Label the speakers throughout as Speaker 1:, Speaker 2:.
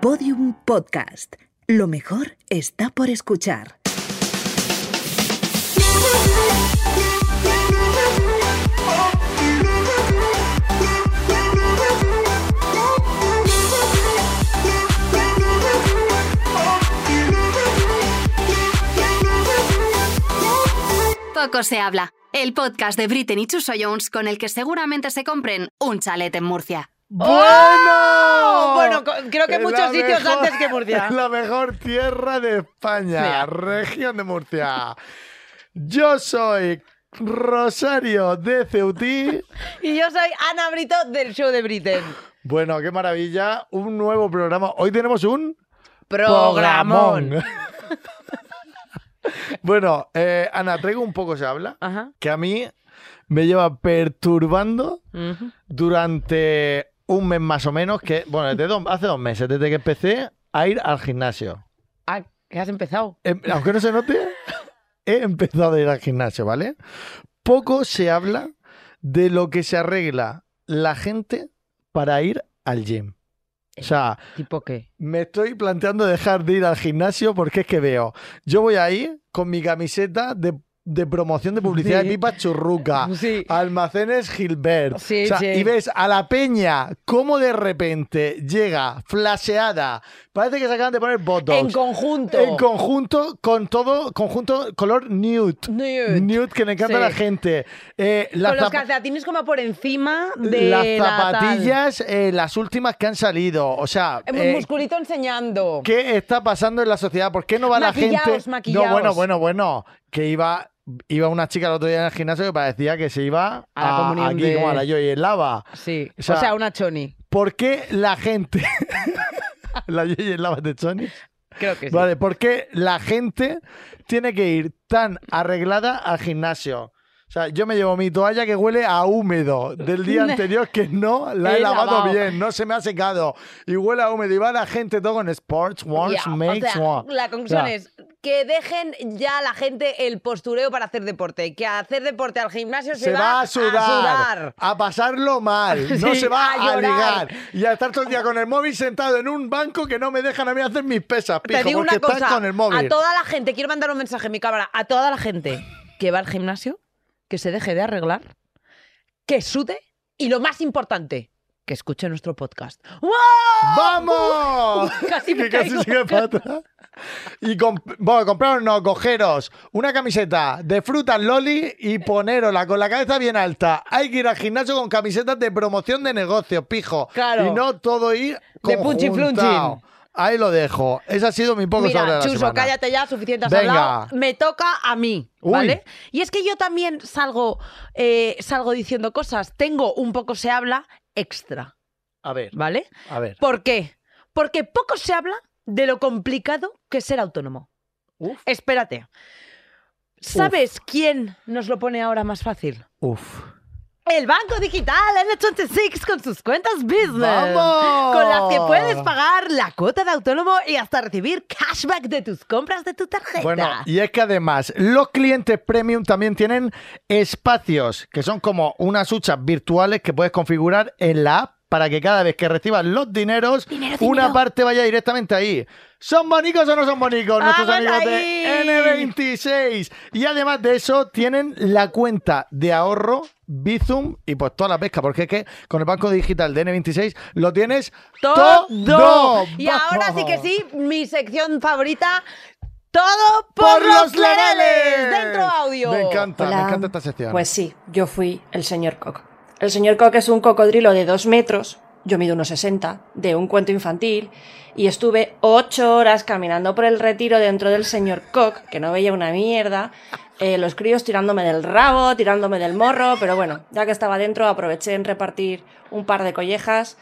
Speaker 1: Podium Podcast. Lo mejor está por escuchar.
Speaker 2: Poco se habla. El podcast de Britney y Chuso Jones con el que seguramente se compren un chalet en Murcia.
Speaker 3: ¡Bueno!
Speaker 4: Bueno, co- creo que
Speaker 3: Es
Speaker 4: muchos
Speaker 3: la
Speaker 4: sitios
Speaker 3: mejor-
Speaker 4: antes que Murcia.
Speaker 3: es La mejor tierra de España,
Speaker 4: Mira.
Speaker 3: región de Murcia. Yo soy Rosario de Ceutí.
Speaker 4: Y yo soy Ana Brito del show de Britain.
Speaker 3: Bueno, qué maravilla. Un nuevo programa. Hoy tenemos un
Speaker 4: Programón.
Speaker 3: bueno, eh, Ana, traigo un poco se habla
Speaker 4: Ajá.
Speaker 3: que a mí me lleva perturbando
Speaker 4: Ujú.
Speaker 3: durante un mes más o menos, que bueno, desde dos- hace dos meses, desde que empecé a ir al gimnasio.
Speaker 4: Ah, que has empezado.
Speaker 3: Em- aunque no se note, he empezado a ir al gimnasio, ¿vale? Poco se habla de lo que se arregla la gente para ir al gym. O sea,
Speaker 4: ¿Tipo qué?
Speaker 3: me estoy planteando dejar de ir al gimnasio porque es que veo, yo voy ahí con mi camiseta de, de promoción de publicidad
Speaker 4: Sí.
Speaker 3: de pipa churruca.
Speaker 4: Sí.
Speaker 3: Almacenes Gilbert. O
Speaker 4: Sí,
Speaker 3: sea,
Speaker 4: sí.
Speaker 3: Y ves a la peña cómo de repente llega flasheada. Parece que se acaban de poner votos.
Speaker 4: En conjunto.
Speaker 3: En conjunto, con todo, conjunto color nude.
Speaker 4: Nude.
Speaker 3: Nude, que le encanta
Speaker 4: Sí.
Speaker 3: a la gente. Eh, la
Speaker 4: Con los
Speaker 3: zapa-
Speaker 4: calcetines como por encima de
Speaker 3: las
Speaker 4: la tal.
Speaker 3: zapatillas, eh, las últimas que han salido. O sea,
Speaker 4: Eh,
Speaker 3: eh,
Speaker 4: musculito enseñando.
Speaker 3: ¿qué está pasando en la sociedad? ¿Por qué no va
Speaker 4: Maquillaos,
Speaker 3: la gente?
Speaker 4: maquillaos.
Speaker 3: No, bueno, bueno, bueno. Que iba, iba una chica el otro día en el gimnasio que parecía que se iba
Speaker 4: A la comunión
Speaker 3: aquí
Speaker 4: de-
Speaker 3: como a la Joy en lava.
Speaker 4: Sí. O
Speaker 3: O
Speaker 4: sea,
Speaker 3: sea,
Speaker 4: una choni.
Speaker 3: ¿Por qué la gente. la Joy en lava de Sony.
Speaker 4: Creo que sí.
Speaker 3: Vale, ¿por qué la gente tiene que ir tan arreglada al gimnasio? O sea, yo me llevo mi toalla que huele a húmedo del día anterior que no la he,
Speaker 4: He
Speaker 3: lavado,
Speaker 4: lavado.
Speaker 3: bien, no se me ha secado y huele a húmedo y va la gente todo con sports, once,
Speaker 4: Ya, o
Speaker 3: makes,
Speaker 4: sea,
Speaker 3: one.
Speaker 4: La conclusión
Speaker 3: O sea,
Speaker 4: es que dejen ya a la gente el postureo para hacer deporte. Que a hacer deporte al gimnasio se,
Speaker 3: Se va a sudar, a,
Speaker 4: sudar.
Speaker 3: pasarlo mal, no
Speaker 4: Sí,
Speaker 3: se va
Speaker 4: a
Speaker 3: a,
Speaker 4: llorar.
Speaker 3: ligar y a estar todo el día con el móvil sentado en un banco que no me dejan a mí hacer mis pesas, pijo,
Speaker 4: Te digo
Speaker 3: porque
Speaker 4: una
Speaker 3: estás
Speaker 4: cosa.
Speaker 3: con el móvil.
Speaker 4: A toda la gente, quiero mandar un mensaje en mi cámara. A toda la gente que va al gimnasio, que se deje de arreglar, que sude y lo más importante, que escuche nuestro podcast. ¡Wow!
Speaker 3: ¡Vamos!
Speaker 4: Casi me
Speaker 3: que casi
Speaker 4: caigo.
Speaker 3: sigue para atrás. Y comp- bueno, compraros, no, cogeros una camiseta de frutas Loli y ponérosla con la cabeza bien alta. Hay que ir al gimnasio con camisetas de promoción de negocios, pijo.
Speaker 4: Claro.
Speaker 3: Y no todo ir
Speaker 4: De punchi
Speaker 3: conjuntao.
Speaker 4: flunchin.
Speaker 3: Ahí lo dejo. Ese ha sido mi poco sobre
Speaker 4: Mira,
Speaker 3: la
Speaker 4: Chuso,
Speaker 3: semana.
Speaker 4: cállate ya, suficiente has
Speaker 3: Venga.
Speaker 4: hablado. Me toca a mí,
Speaker 3: Uy.
Speaker 4: ¿vale? Y es que yo también salgo, eh, salgo diciendo cosas. Tengo un poco se habla extra,
Speaker 3: A ver,
Speaker 4: ¿vale?
Speaker 3: a ver.
Speaker 4: ¿Por qué? Porque poco se habla de lo complicado que es ser autónomo.
Speaker 3: Uf,
Speaker 4: Espérate. ¿Sabes quién nos lo pone ahora más fácil?
Speaker 3: uf.
Speaker 4: El Banco Digital, el 86 con sus cuentas business.
Speaker 3: ¡Vamos!
Speaker 4: Con las que puedes pagar la cuota de autónomo y hasta recibir cashback de tus compras de tu tarjeta.
Speaker 3: Bueno, y es que además los clientes premium también tienen espacios que son como unas huchas virtuales que puedes configurar en la app para que cada vez que recibas los dineros, una parte vaya directamente ahí. ¿Son bonicos o no son bonicos? Nuestros
Speaker 4: ¡Vamos
Speaker 3: amigos
Speaker 4: Ah, ahí!
Speaker 3: de N26. Y además de eso, tienen la cuenta de ahorro, Bizum y pues toda la pesca, porque es que con el banco digital de N26 lo tienes
Speaker 4: todo.
Speaker 3: todo.
Speaker 4: Y ahora sí
Speaker 3: ¡Vamos!
Speaker 4: que sí, mi sección favorita, todo por,
Speaker 3: por
Speaker 4: los
Speaker 3: los
Speaker 4: lereles.
Speaker 3: lereles.
Speaker 4: Dentro audio.
Speaker 3: Me encanta,
Speaker 5: Hola.
Speaker 3: me encanta esta sección.
Speaker 5: Pues sí, yo fui el señor Cock. El señor Cock es un cocodrilo de dos metros, yo mido unos 60, de un cuento infantil, y estuve ocho horas caminando por el retiro dentro del señor Cock, que no veía una mierda, eh, los críos tirándome del rabo, tirándome del morro, pero bueno, ya que estaba dentro aproveché en repartir un par de collejas,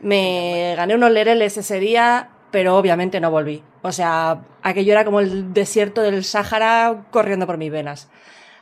Speaker 5: me gané unos lereles ese día, pero obviamente no volví. O sea, aquello era como el desierto del Sáhara corriendo por mis venas.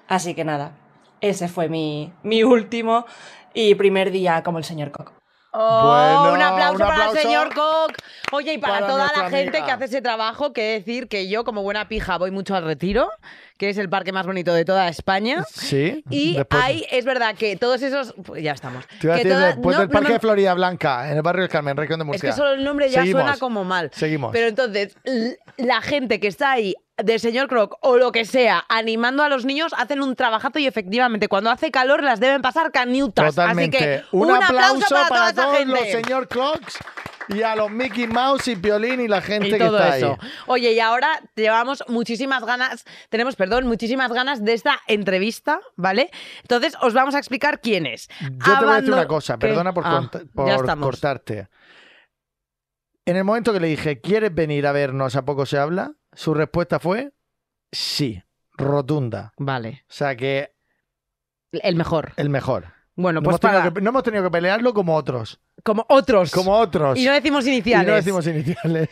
Speaker 5: Así que nada, ese fue mi, mi último y primer día como el señor Coco.
Speaker 4: Oh,
Speaker 3: Bueno,
Speaker 4: un aplauso
Speaker 3: un
Speaker 4: para el
Speaker 3: aplauso.
Speaker 4: señor Cook. Oye, y para,
Speaker 3: Para
Speaker 4: toda la
Speaker 3: nuestra
Speaker 4: gente
Speaker 3: amiga.
Speaker 4: que hace ese trabajo, que decir que yo, como buena pija, voy mucho al retiro, que es el parque más bonito de toda España.
Speaker 3: Sí.
Speaker 4: Y
Speaker 3: después-
Speaker 4: ahí es verdad que todos esos. pues ya estamos.
Speaker 3: Te iba a
Speaker 4: Que
Speaker 3: decir,
Speaker 4: toda-
Speaker 3: después
Speaker 4: no,
Speaker 3: del
Speaker 4: no
Speaker 3: Parque
Speaker 4: me-
Speaker 3: de Florida Blanca, en el barrio del Carmen, región de
Speaker 4: es
Speaker 3: Murcia.
Speaker 4: que solo el nombre ya
Speaker 3: Seguimos.
Speaker 4: suena como mal.
Speaker 3: Seguimos.
Speaker 4: Pero entonces, l- la gente que está ahí de señor Croc o lo que sea, animando a los niños, hacen un trabajazo y efectivamente cuando hace calor las deben pasar canutas.
Speaker 3: Totalmente.
Speaker 4: Así que
Speaker 3: un, aplauso, para,
Speaker 4: toda esa
Speaker 3: todos
Speaker 4: gente.
Speaker 3: los señor Clocks y a los Mickey Mouse y Piolín y la gente
Speaker 4: y
Speaker 3: que
Speaker 4: todo
Speaker 3: está
Speaker 4: eso.
Speaker 3: ahí.
Speaker 4: Oye, y ahora llevamos muchísimas ganas, tenemos, perdón, muchísimas ganas de esta entrevista, ¿vale? Entonces os vamos a explicar quién es.
Speaker 3: Yo te voy a decir
Speaker 4: Abando-
Speaker 3: una cosa,
Speaker 4: ¿Qué?
Speaker 3: perdona por,
Speaker 4: Ah,
Speaker 3: cont-
Speaker 4: ya
Speaker 3: por
Speaker 4: estamos.
Speaker 3: cortarte. En el momento que le dije, ¿quieres venir a vernos a poco se habla? Su respuesta fue sí, rotunda.
Speaker 4: Vale,
Speaker 3: O sea que
Speaker 4: el mejor.
Speaker 3: el mejor.
Speaker 4: Bueno,
Speaker 3: no,
Speaker 4: pues
Speaker 3: hemos tenido
Speaker 4: para-
Speaker 3: que- no hemos tenido que pelearlo como otros.
Speaker 4: como otros.
Speaker 3: Como otros.
Speaker 4: y no decimos
Speaker 3: Y no
Speaker 4: iniciales.
Speaker 3: decimos iniciales.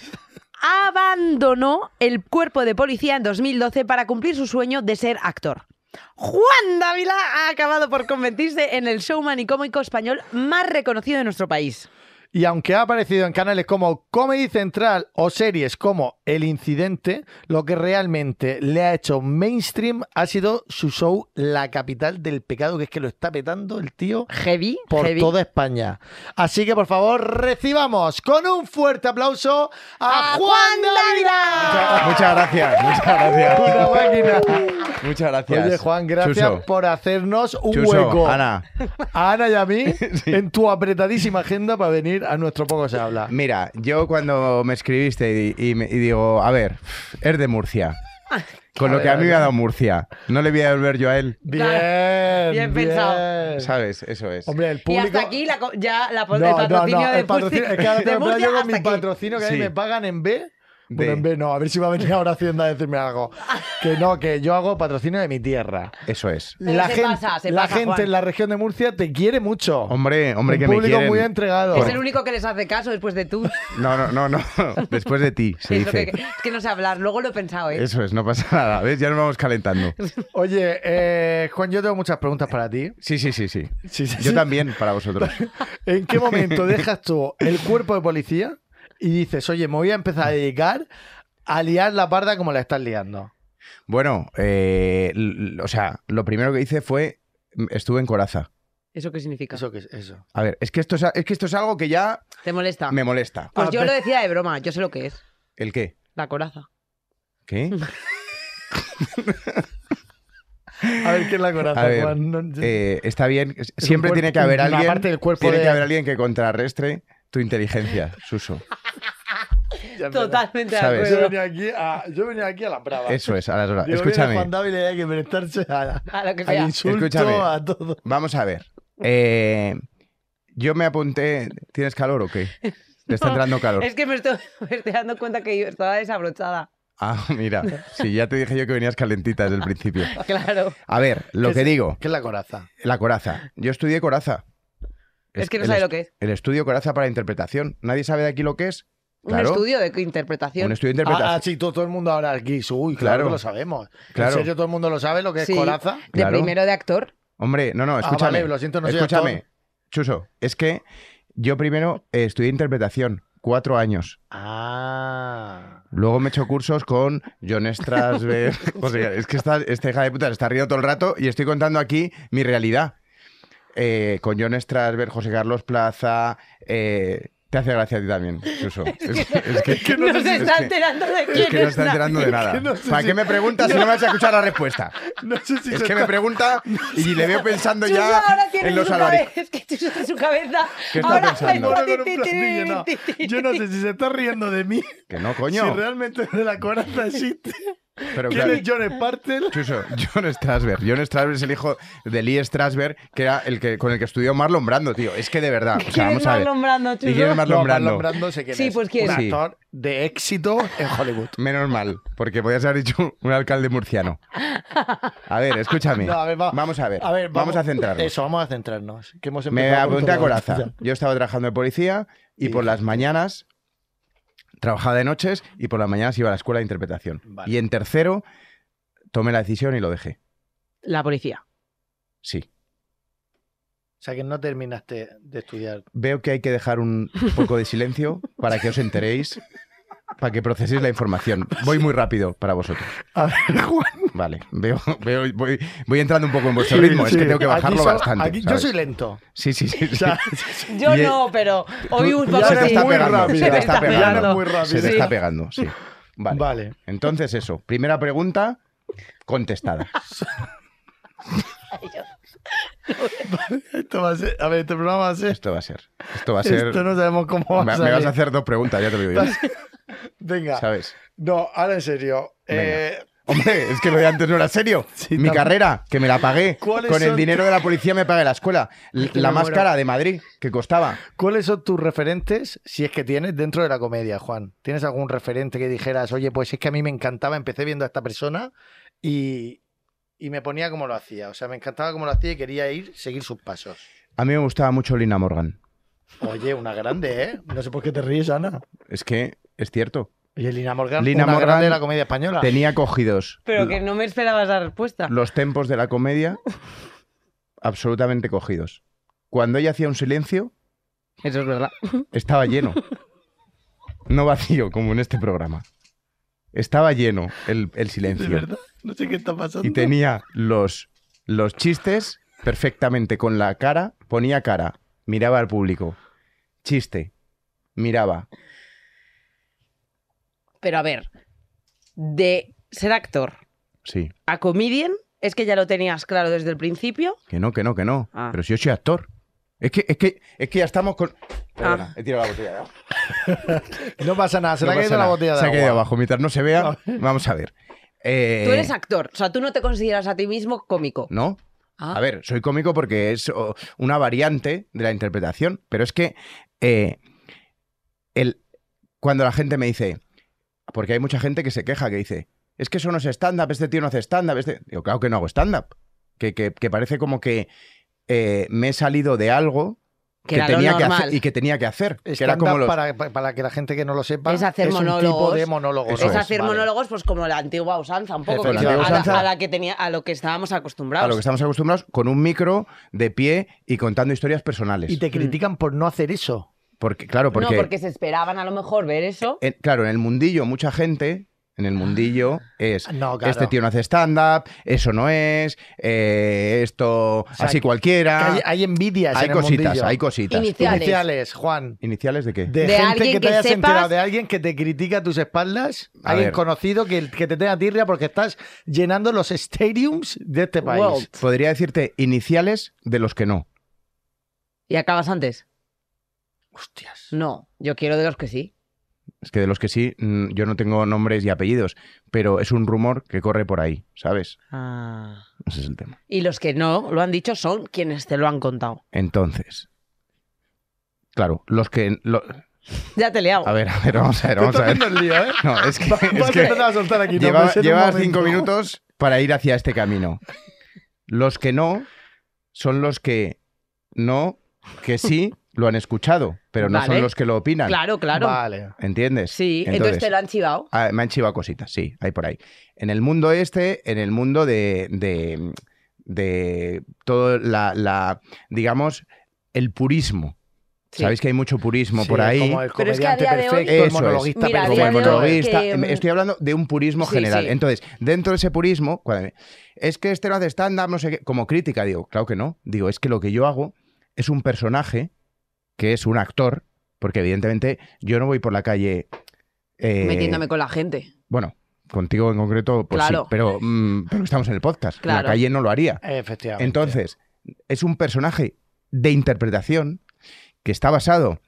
Speaker 4: abandonó el cuerpo de policía en 2012 para cumplir su sueño de ser actor. Juan Dávila ha acabado por convertirse en el showman y cómico español más reconocido de nuestro país.
Speaker 3: Y aunque ha aparecido en canales como Comedy Central o series como El Incidente, lo que realmente le ha hecho mainstream ha sido su show La Capital del Pecado, que es que lo está petando el tío
Speaker 4: Heavy,
Speaker 3: por
Speaker 4: heavy.
Speaker 3: toda España. Así que por favor, recibamos con un fuerte aplauso a,
Speaker 4: ¡A
Speaker 3: Juan
Speaker 4: Juan
Speaker 3: Dávila.
Speaker 4: Dávila!
Speaker 6: Muchas gracias, muchas gracias.
Speaker 3: Una máquina.
Speaker 6: Muchas gracias.
Speaker 3: Oye, Juan, gracias
Speaker 6: Chuso,
Speaker 3: por hacernos un
Speaker 6: Chuso,
Speaker 3: hueco.
Speaker 6: Ana,
Speaker 3: A Ana y a mí en tu apretadísima agenda para venir a nuestro Poco Se Habla.
Speaker 6: mira, yo cuando me escribiste y, y me- y digo, a ver, es de Murcia. Con lo que a mí me ha dado Murcia. No le voy a devolver yo a él.
Speaker 3: Bien,
Speaker 4: bien pensado.
Speaker 3: bien.
Speaker 6: ¿Sabes? Eso es.
Speaker 3: Hombre, el
Speaker 4: Y
Speaker 3: público.
Speaker 4: hasta aquí la co- ya la,
Speaker 3: No,
Speaker 4: el patrocinio
Speaker 3: no, no,
Speaker 4: de
Speaker 3: el patrocinio.
Speaker 4: Putin-
Speaker 3: Es que ahora
Speaker 4: de
Speaker 3: tengo
Speaker 4: Murcia
Speaker 3: yo con mi
Speaker 4: hasta aquí.
Speaker 3: patrocinio que a mí
Speaker 6: Sí.
Speaker 3: me pagan en B.
Speaker 6: De-
Speaker 3: Bueno, en B no, a ver si va a venir ahora Hacienda a decirme algo. Que no, que yo hago patrocinio de mi tierra.
Speaker 6: Eso es.
Speaker 4: Pero se pasa, se
Speaker 3: la
Speaker 4: pasa,
Speaker 3: gente
Speaker 4: Juan.
Speaker 3: en la región de Murcia te quiere mucho.
Speaker 6: Hombre, hombre,
Speaker 3: Un
Speaker 6: que me
Speaker 3: público
Speaker 6: quieren.
Speaker 3: muy entregado.
Speaker 4: Es el único que les hace caso después de tú.
Speaker 6: No, no, no, no. Después de ti, se
Speaker 4: es, lo que,
Speaker 6: dice.
Speaker 4: es que no sé hablar, luego lo he pensado, ¿eh?
Speaker 6: Eso es, no pasa nada. ¿Ves? Ya nos vamos calentando.
Speaker 3: Oye, eh, Juan, yo tengo muchas preguntas para ti.
Speaker 6: Sí, sí, sí, sí.
Speaker 3: Sí, sí,
Speaker 6: Yo
Speaker 3: sí.
Speaker 6: también, para vosotros.
Speaker 3: ¿En qué momento dejas tú el cuerpo de policía y dices, oye, me voy a empezar a dedicar a liar la parda como la estás liando?
Speaker 6: Ah. Bueno, eh, l- o sea, lo primero que hice fue, estuve en Coraza.
Speaker 4: ¿Eso qué significa?
Speaker 3: Eso que es eso.
Speaker 6: A ver, es que esto es, a- es que esto es algo que ya
Speaker 4: ¿Te molesta?
Speaker 6: me molesta.
Speaker 4: Pues
Speaker 3: Ah,
Speaker 4: yo
Speaker 3: pe-
Speaker 4: lo decía de broma, yo sé lo que es.
Speaker 6: ¿El qué?
Speaker 4: La coraza.
Speaker 6: ¿Qué?
Speaker 4: Mm.
Speaker 3: A ver qué es la coraza,
Speaker 6: A ver,
Speaker 3: Juan. No-
Speaker 6: Eh, está bien. Siempre
Speaker 3: cuerpo-
Speaker 6: tiene que haber
Speaker 3: una
Speaker 6: alguien.
Speaker 3: parte del cuerpo
Speaker 6: tiene
Speaker 3: de-
Speaker 6: que haber alguien que contrarrestre tu inteligencia, Suso.
Speaker 3: Ya, pero-
Speaker 4: Totalmente de
Speaker 6: ¿Sabes?
Speaker 3: Yo
Speaker 4: acuerdo.
Speaker 3: venía aquí a, yo venía aquí a las bravas.
Speaker 6: Eso es, a las horas.
Speaker 3: Digo, viene Juan
Speaker 6: Escúchame.
Speaker 3: Dávila y hay que prestarse a,
Speaker 4: A lo que
Speaker 3: al
Speaker 4: sea.
Speaker 3: insulto,
Speaker 6: Escúchame.
Speaker 3: a todo.
Speaker 6: Vamos a ver. Eh, yo me apunté. ¿Tienes calor o qué? Te está
Speaker 4: No,
Speaker 6: entrando calor.
Speaker 4: Es que me estoy, me estoy dando cuenta que yo estaba desabrochada.
Speaker 6: Ah, mira. Sí, ya te dije yo que venías calentita desde el principio.
Speaker 4: Claro.
Speaker 6: A ver, lo
Speaker 3: ¿Qué
Speaker 6: que
Speaker 3: es-
Speaker 6: digo,
Speaker 3: ¿Qué es la coraza?
Speaker 6: la coraza. Yo estudié coraza.
Speaker 4: Es que no
Speaker 6: el
Speaker 4: sabe
Speaker 6: est-
Speaker 4: lo que es.
Speaker 6: El estudio coraza para interpretación. Nadie sabe de aquí lo que es. Claro,
Speaker 4: Un estudio de interpretación.
Speaker 6: Un estudio de interpretación.
Speaker 3: Ah, ah, sí, todo, todo el mundo ahora aquí. Uy, claro,
Speaker 6: Claro.
Speaker 3: que lo sabemos.
Speaker 6: Claro.
Speaker 3: ¿En serio todo el mundo lo sabe lo que es
Speaker 4: Sí.
Speaker 3: coraza?
Speaker 4: De
Speaker 6: Claro.
Speaker 4: primero de actor.
Speaker 6: Hombre, no, no, escúchame.
Speaker 3: Ah, vale, lo siento, no soy
Speaker 6: escúchame.
Speaker 3: actor.
Speaker 6: Chuso, es que yo primero eh, estudié interpretación, cuatro años.
Speaker 3: Ah.
Speaker 6: Luego me he hecho cursos con John Strasberg. O sea, es que esta, esta hija de puta se está riendo todo el rato y estoy contando aquí mi realidad. Eh, con John Strasberg, José Carlos Plaza. eh, te hace gracia a ti también, Chuso. Es, es que,
Speaker 4: no, se está
Speaker 6: es que-
Speaker 4: enterando de quién
Speaker 6: es que no
Speaker 4: es
Speaker 6: está
Speaker 4: la-
Speaker 6: enterando de nada.
Speaker 3: que no sé
Speaker 6: ¿Para
Speaker 3: si-
Speaker 6: qué me preguntas si no me vas a escuchar la respuesta?
Speaker 3: No sé si
Speaker 6: Es
Speaker 3: se
Speaker 6: que me
Speaker 3: está-
Speaker 6: pregunta y le veo pensando
Speaker 4: Chuso
Speaker 6: ya
Speaker 4: ahora tiene
Speaker 6: en los
Speaker 4: su
Speaker 6: albaricoques.
Speaker 4: cabeza- Es que Chuso en su cabeza.
Speaker 6: ¿Qué está
Speaker 4: ahora
Speaker 6: pensando?
Speaker 4: está-
Speaker 3: Ahora con un platillo, no. Yo no sé si se está riendo de mí.
Speaker 6: Que no, coño.
Speaker 3: Si realmente la coraza existe.
Speaker 6: Pero
Speaker 3: ¿Quién
Speaker 6: claro,
Speaker 3: es John Spartel?
Speaker 6: Chuso, John Strasberg. John Strasberg es el hijo de Lee Strasberg, que era el que con el que estudió Marlon Brando, tío. Es que de verdad. O sea,
Speaker 4: ¿Quién es
Speaker 6: vamos a ver.
Speaker 4: Marlon Brando,
Speaker 6: ¿Y quién es
Speaker 4: Chuso?
Speaker 6: Marlon Brando?
Speaker 3: sé quién
Speaker 4: Sí,
Speaker 3: es.
Speaker 4: pues quién.
Speaker 3: Un
Speaker 6: Sí.
Speaker 3: actor de éxito en Hollywood.
Speaker 6: Menos mal, porque podías haber dicho un alcalde murciano. A ver, escúchame.
Speaker 3: No, a ver, va-
Speaker 6: vamos a ver. vamos, a centrarnos.
Speaker 3: Eso, vamos a centrarnos. Que hemos
Speaker 6: Me
Speaker 3: empezado con
Speaker 6: apunté a
Speaker 3: todo.
Speaker 6: Coraza. Yo estaba trabajando de policía y
Speaker 3: Sí.
Speaker 6: por las mañanas trabajaba de noches y por las mañanas iba a la escuela de interpretación.
Speaker 3: Vale.
Speaker 6: Y en tercero tomé la decisión y lo dejé.
Speaker 4: La policía.
Speaker 6: Sí.
Speaker 3: O sea, que no terminaste de estudiar.
Speaker 6: Veo que hay que dejar un poco de silencio para que os enteréis, para que proceséis la información. Voy muy rápido para vosotros.
Speaker 3: A ver, Juan.
Speaker 6: Vale, veo, veo- voy, voy entrando un poco en vuestro ritmo, es
Speaker 3: Sí,
Speaker 6: que tengo que
Speaker 3: aquí
Speaker 6: bajarlo
Speaker 3: so-
Speaker 6: bastante.
Speaker 3: aquí- yo
Speaker 6: ¿sabes?
Speaker 3: soy lento.
Speaker 6: Sí, sí, sí. sí.
Speaker 3: O sea,
Speaker 4: Yo
Speaker 6: Y-
Speaker 4: no, pero hoy
Speaker 6: Tú-
Speaker 4: un
Speaker 6: ya
Speaker 4: poco
Speaker 6: se te
Speaker 4: sí.
Speaker 6: está
Speaker 3: Muy
Speaker 6: pegando,
Speaker 3: rápido.
Speaker 6: se te está
Speaker 4: Ya no es
Speaker 6: pegando.
Speaker 3: muy rápido.
Speaker 6: Se te
Speaker 4: Sí.
Speaker 6: está pegando, sí. Vale.
Speaker 3: Vale.
Speaker 6: Entonces eso, primera pregunta contestada.
Speaker 3: Esto va a ser. A ver, este programa va a ser.
Speaker 6: Esto va a ser. Esto va a ser.
Speaker 3: Esto no sabemos cómo va
Speaker 6: me,
Speaker 3: a
Speaker 6: me vas a
Speaker 3: salir.
Speaker 6: hacer dos preguntas, ya te lo digo. yo,
Speaker 3: Venga.
Speaker 6: ¿Sabes?
Speaker 3: No, ahora en serio. eh,
Speaker 6: Hombre, es que lo de antes no era serio.
Speaker 3: Sí,
Speaker 6: Mi
Speaker 3: tam-
Speaker 6: carrera, que me la pagué.
Speaker 3: ¿Cuáles
Speaker 6: Con el
Speaker 3: son-
Speaker 6: dinero de la policía me pagué la escuela. L-
Speaker 3: Es que
Speaker 6: La
Speaker 3: me muero.
Speaker 6: máscara de Madrid, que costaba.
Speaker 3: ¿Cuáles son tus referentes, si es que tienes, dentro de la comedia, Juan? ¿Tienes algún referente que dijeras, oye, pues es que a mí me encantaba, empecé viendo a esta persona y, y me ponía como lo hacía? O sea, me encantaba como lo hacía y quería ir, seguir sus pasos.
Speaker 6: A mí me gustaba mucho Lina Morgan.
Speaker 3: Oye, una grande, ¿eh? No sé por qué te ríes, Ana.
Speaker 6: Es que es cierto.
Speaker 3: Oye, Lina Morgan,
Speaker 6: Lina
Speaker 3: una
Speaker 6: Morgan
Speaker 3: grande de la comedia española.
Speaker 6: Tenía cogidos
Speaker 4: Pero que no me esperabas la respuesta.
Speaker 6: los tempos de la comedia absolutamente cogidos. Cuando ella hacía un silencio,
Speaker 4: Eso es verdad.
Speaker 6: estaba lleno. No vacío, como en este programa. Estaba lleno el, el silencio.
Speaker 3: De verdad, no sé qué está pasando.
Speaker 6: Y tenía los, los chistes perfectamente con la cara. Ponía cara, miraba al público. Chiste, miraba.
Speaker 4: Pero a ver, de ser actor
Speaker 6: Sí,
Speaker 4: a comedian, es que ya lo tenías claro desde el principio.
Speaker 6: que no, que no, que no.
Speaker 4: Ah.
Speaker 6: Pero si yo soy actor. Es que, es que, es que ya estamos con.
Speaker 4: Ah.
Speaker 6: Perdona, he tirado la botella de agua.
Speaker 3: No pasa nada, se le
Speaker 6: No
Speaker 3: ha
Speaker 6: pasa
Speaker 3: caído la
Speaker 6: nada.
Speaker 3: botella de
Speaker 6: Se ha caído
Speaker 3: agua.
Speaker 6: abajo. Mientras no se vea, vamos a ver. Eh,
Speaker 4: Tú eres actor, o sea, tú no te consideras a ti mismo cómico.
Speaker 6: ¿No?
Speaker 4: Ah.
Speaker 6: A ver, soy cómico porque es o, una variante de la interpretación, pero es que eh, el, cuando la gente me dice, porque hay mucha gente que se queja, que dice, es que eso no es stand-up, este tío no hace stand-up, este... Digo, claro que no hago stand-up, que, que- que parece como que eh, me he salido de algo
Speaker 4: Que
Speaker 6: que
Speaker 4: era lo
Speaker 6: tenía que hacer
Speaker 4: normal.
Speaker 6: y que tenía que hacer, que era
Speaker 3: Stand-up,
Speaker 6: como los...
Speaker 3: para, pa- para que la gente que no lo sepa,
Speaker 4: Es hacer
Speaker 3: un tipo
Speaker 4: monólogos.
Speaker 3: de monólogo.
Speaker 6: Eso
Speaker 3: ¿no?
Speaker 4: es hacer
Speaker 3: Vale.
Speaker 4: monólogos, pues como la antigua usanza, un poco. que-
Speaker 6: Efectivamente.
Speaker 4: a, la-
Speaker 6: La antigua
Speaker 4: a
Speaker 6: usanza.
Speaker 4: la que tenía, a lo que estábamos acostumbrados.
Speaker 6: A lo que estamos acostumbrados, con un micro de pie y contando historias personales.
Speaker 3: Y te critican por no hacer eso.
Speaker 6: Porque, claro, porque...
Speaker 4: No, porque se esperaban a lo mejor ver eso.
Speaker 6: en- claro, en el mundillo, mucha gente, en el mundillo, es
Speaker 3: Ah. No, claro.
Speaker 6: este tío no hace stand-up, eso no es, eh, esto
Speaker 3: sea,
Speaker 6: así
Speaker 3: que-
Speaker 6: cualquiera.
Speaker 3: Que hay, hay envidias.
Speaker 6: Hay
Speaker 3: en el
Speaker 6: cositas,
Speaker 3: mundillo.
Speaker 6: hay cositas.
Speaker 4: Iniciales.
Speaker 3: Iniciales, Juan.
Speaker 6: ¿Iniciales de qué?
Speaker 3: De,
Speaker 4: De
Speaker 3: gente
Speaker 4: alguien
Speaker 3: que te
Speaker 4: que
Speaker 3: hayas
Speaker 4: sepas-
Speaker 3: enterado, de alguien que te critica tus espaldas,
Speaker 6: A
Speaker 3: alguien
Speaker 6: ver.
Speaker 3: conocido que, que te tenga tirria porque estás llenando los stadiums de este país.
Speaker 4: Wow.
Speaker 6: Podría decirte iniciales de los que no.
Speaker 4: Y acabas antes.
Speaker 3: Hostias.
Speaker 4: No, yo quiero de los que sí.
Speaker 6: Es que de los que sí, mm, yo no tengo nombres y apellidos, pero es un rumor que corre por ahí, ¿sabes?
Speaker 4: Ah.
Speaker 6: Ese es el tema.
Speaker 4: Y los que no lo han dicho son quienes te lo han contado.
Speaker 6: Entonces, claro, los que... lo-
Speaker 4: Ya te he liado.
Speaker 6: a ver, a ver, vamos a ver, vamos a ver. No, es que, es que
Speaker 3: ¿eh? a soltar aquí. Pues
Speaker 6: Lleva- llevas cinco minutos para ir hacia este camino. Los que no son los que no, que sí lo han escuchado, pero no
Speaker 4: Vale.
Speaker 6: son los que lo opinan.
Speaker 4: Claro, claro.
Speaker 3: Vale.
Speaker 6: ¿Entiendes?
Speaker 4: Sí, entonces, te lo han chivado.
Speaker 6: ah, me han chivado cositas, sí, hay por ahí. En el mundo este, en el mundo de, de, de todo la, la, digamos, el purismo.
Speaker 4: Sí.
Speaker 6: Sabéis que hay mucho purismo
Speaker 3: Sí,
Speaker 6: por ahí.
Speaker 3: Como el
Speaker 4: Pero es que a
Speaker 3: comediante
Speaker 4: día de hoy-
Speaker 3: perfecto,
Speaker 6: Eso
Speaker 3: el
Speaker 6: es.
Speaker 3: monologuista
Speaker 4: Mira, a
Speaker 6: como
Speaker 4: día
Speaker 6: el
Speaker 4: de hoy
Speaker 3: perfecto.
Speaker 6: monologuista.
Speaker 4: que, mm,
Speaker 6: Estoy hablando de un purismo
Speaker 4: sí,
Speaker 6: general.
Speaker 4: sí.
Speaker 6: Entonces, dentro de ese purismo, cuando- es que este no hace stand-up, no sé qué. Como crítica, digo, claro que no. Digo, es que lo que yo hago es un personaje que es un actor, porque evidentemente yo no voy por la calle. eh,
Speaker 4: Metiéndome con la gente.
Speaker 6: Bueno, contigo en concreto, pues
Speaker 4: Claro.
Speaker 6: sí, pero, mm, pero estamos en el podcast. En
Speaker 4: Claro.
Speaker 6: la calle no lo haría.
Speaker 3: Efectivamente.
Speaker 6: Entonces, es un personaje de interpretación que está basado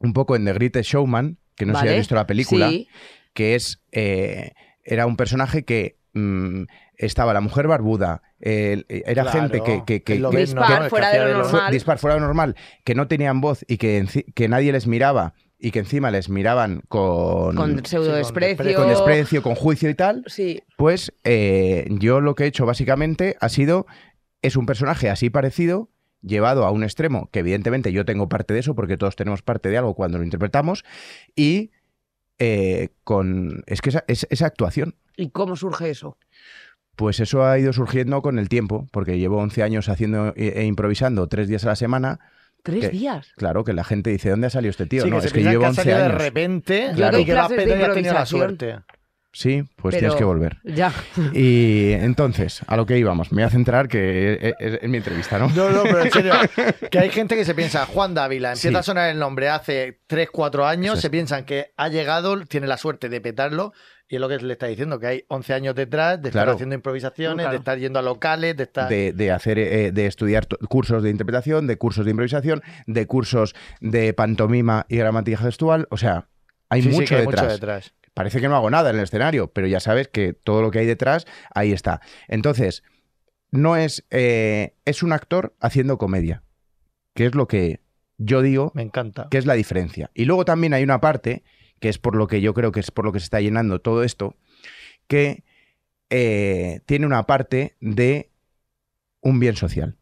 Speaker 6: un poco en The Greatest Showman, que no sé si
Speaker 4: ¿Vale?
Speaker 6: habéis visto la película,
Speaker 4: Sí.
Speaker 6: que es eh, era un personaje que mm, estaba la mujer barbuda, el- era
Speaker 3: Claro,
Speaker 6: gente que, que- que-
Speaker 3: es lo
Speaker 6: que-
Speaker 3: mismo,
Speaker 4: Dispar
Speaker 3: ¿no? Es que
Speaker 4: fuera de
Speaker 3: hacía
Speaker 4: lo
Speaker 3: los-
Speaker 6: fue-
Speaker 4: normal.
Speaker 6: dispar fuera de lo normal, que no tenían voz y que, enci- que nadie les miraba y que encima les miraban con,
Speaker 4: Con pseudo
Speaker 3: desprecio.
Speaker 4: desprecio.
Speaker 6: con desprecio, con juicio y tal,
Speaker 4: Sí.
Speaker 6: pues eh, yo lo que he hecho básicamente ha sido, es un personaje así parecido, llevado a un extremo, que evidentemente yo tengo parte de eso, porque todos tenemos parte de algo cuando lo interpretamos, y eh, con... Es que esa, es- esa actuación,
Speaker 4: ¿Y cómo surge eso?
Speaker 6: Pues eso ha ido surgiendo con el tiempo, porque llevo 11 años haciendo e, e improvisando tres días a la semana.
Speaker 4: Tres
Speaker 6: que-
Speaker 4: días.
Speaker 6: Claro, que la gente dice, ¿dónde ha salido este tío?
Speaker 3: Sí,
Speaker 6: no,
Speaker 3: que se
Speaker 6: es que
Speaker 3: piensan
Speaker 6: llevo
Speaker 3: ha
Speaker 6: 11
Speaker 3: salido de
Speaker 6: años.
Speaker 3: repente
Speaker 6: Claro.
Speaker 3: y que va a
Speaker 4: Clases de
Speaker 3: pedo y ha tenido la
Speaker 4: improvisación.
Speaker 3: suerte.
Speaker 6: Sí, pues
Speaker 4: Pero-
Speaker 6: tienes que volver.
Speaker 4: Ya.
Speaker 6: Y entonces, a lo que íbamos, me voy a centrar que es, es- es mi entrevista, ¿no?
Speaker 3: No, no, pero en serio, que hay gente que se piensa, Juan Dávila, empieza
Speaker 6: Sí.
Speaker 3: a sonar el nombre hace 3, 4 años,
Speaker 6: Eso es.
Speaker 3: se piensan que ha llegado, tiene la suerte de petarlo, y es lo que le está diciendo, que hay 11 años detrás, de
Speaker 6: Claro.
Speaker 3: estar haciendo improvisaciones,
Speaker 4: Claro.
Speaker 3: de estar yendo a locales, de estar...
Speaker 6: De, de hacer, eh, de estudiar to- cursos de interpretación, de cursos de improvisación, de cursos de pantomima y gramática gestual. O sea, hay,
Speaker 3: Sí, sí,
Speaker 6: mucho,
Speaker 3: que hay
Speaker 6: detrás.
Speaker 3: mucho detrás.
Speaker 6: Parece que no hago nada en el escenario, pero ya sabes que todo lo que hay detrás, ahí está. Entonces, no es. eh, es un actor haciendo comedia, que es lo que yo digo
Speaker 3: Me encanta.
Speaker 6: que es la diferencia. Y luego también hay una parte, que es por lo que yo creo que es por lo que se está llenando todo esto, que eh, tiene una parte de un bien social.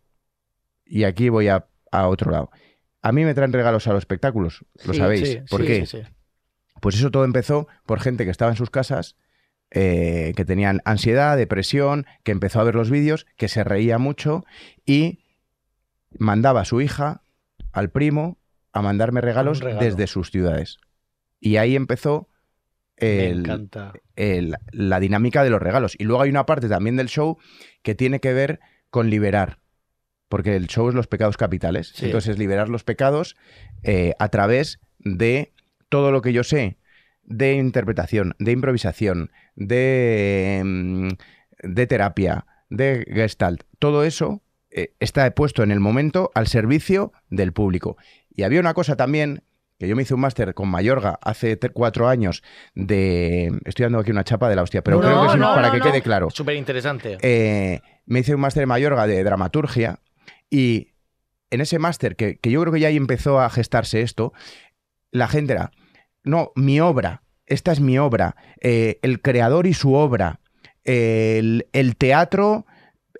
Speaker 6: Y aquí voy a, a otro lado. A mí me traen regalos a los espectáculos, lo
Speaker 3: Sí,
Speaker 6: sabéis.
Speaker 3: sí,
Speaker 6: ¿Por
Speaker 3: sí,
Speaker 6: qué?
Speaker 3: sí, sí.
Speaker 6: Pues eso todo empezó por gente que estaba en sus casas, eh, que tenían ansiedad, depresión, que empezó a ver los vídeos, que se reía mucho y mandaba a su hija, al primo, a mandarme regalos
Speaker 3: regalo.
Speaker 6: desde sus ciudades. Y ahí empezó
Speaker 3: Me
Speaker 6: el,
Speaker 3: encanta.
Speaker 6: el- la dinámica de los regalos. Y luego hay una parte también del show que tiene que ver con liberar, porque el show es los pecados capitales.
Speaker 3: Sí.
Speaker 6: Entonces, liberar los pecados eh, a través de todo lo que yo sé, de interpretación, de improvisación, de, mm, de terapia, de gestalt. Todo eso eh, está puesto en el momento al servicio del público. Y había una cosa también que yo me hice un máster con Mayorga hace tre- cuatro años de... Estoy dando aquí una chapa de la hostia, pero
Speaker 3: No,
Speaker 6: creo que es
Speaker 3: no,
Speaker 6: para
Speaker 4: no,
Speaker 6: que
Speaker 4: no.
Speaker 6: quede claro.
Speaker 3: Súper interesante.
Speaker 6: Eh, me hice un máster en Mayorga de dramaturgia y en ese máster, que, que yo creo que ya ahí empezó a gestarse esto, la gente era, no, mi obra, esta es mi obra, eh, el creador y su obra, el, el teatro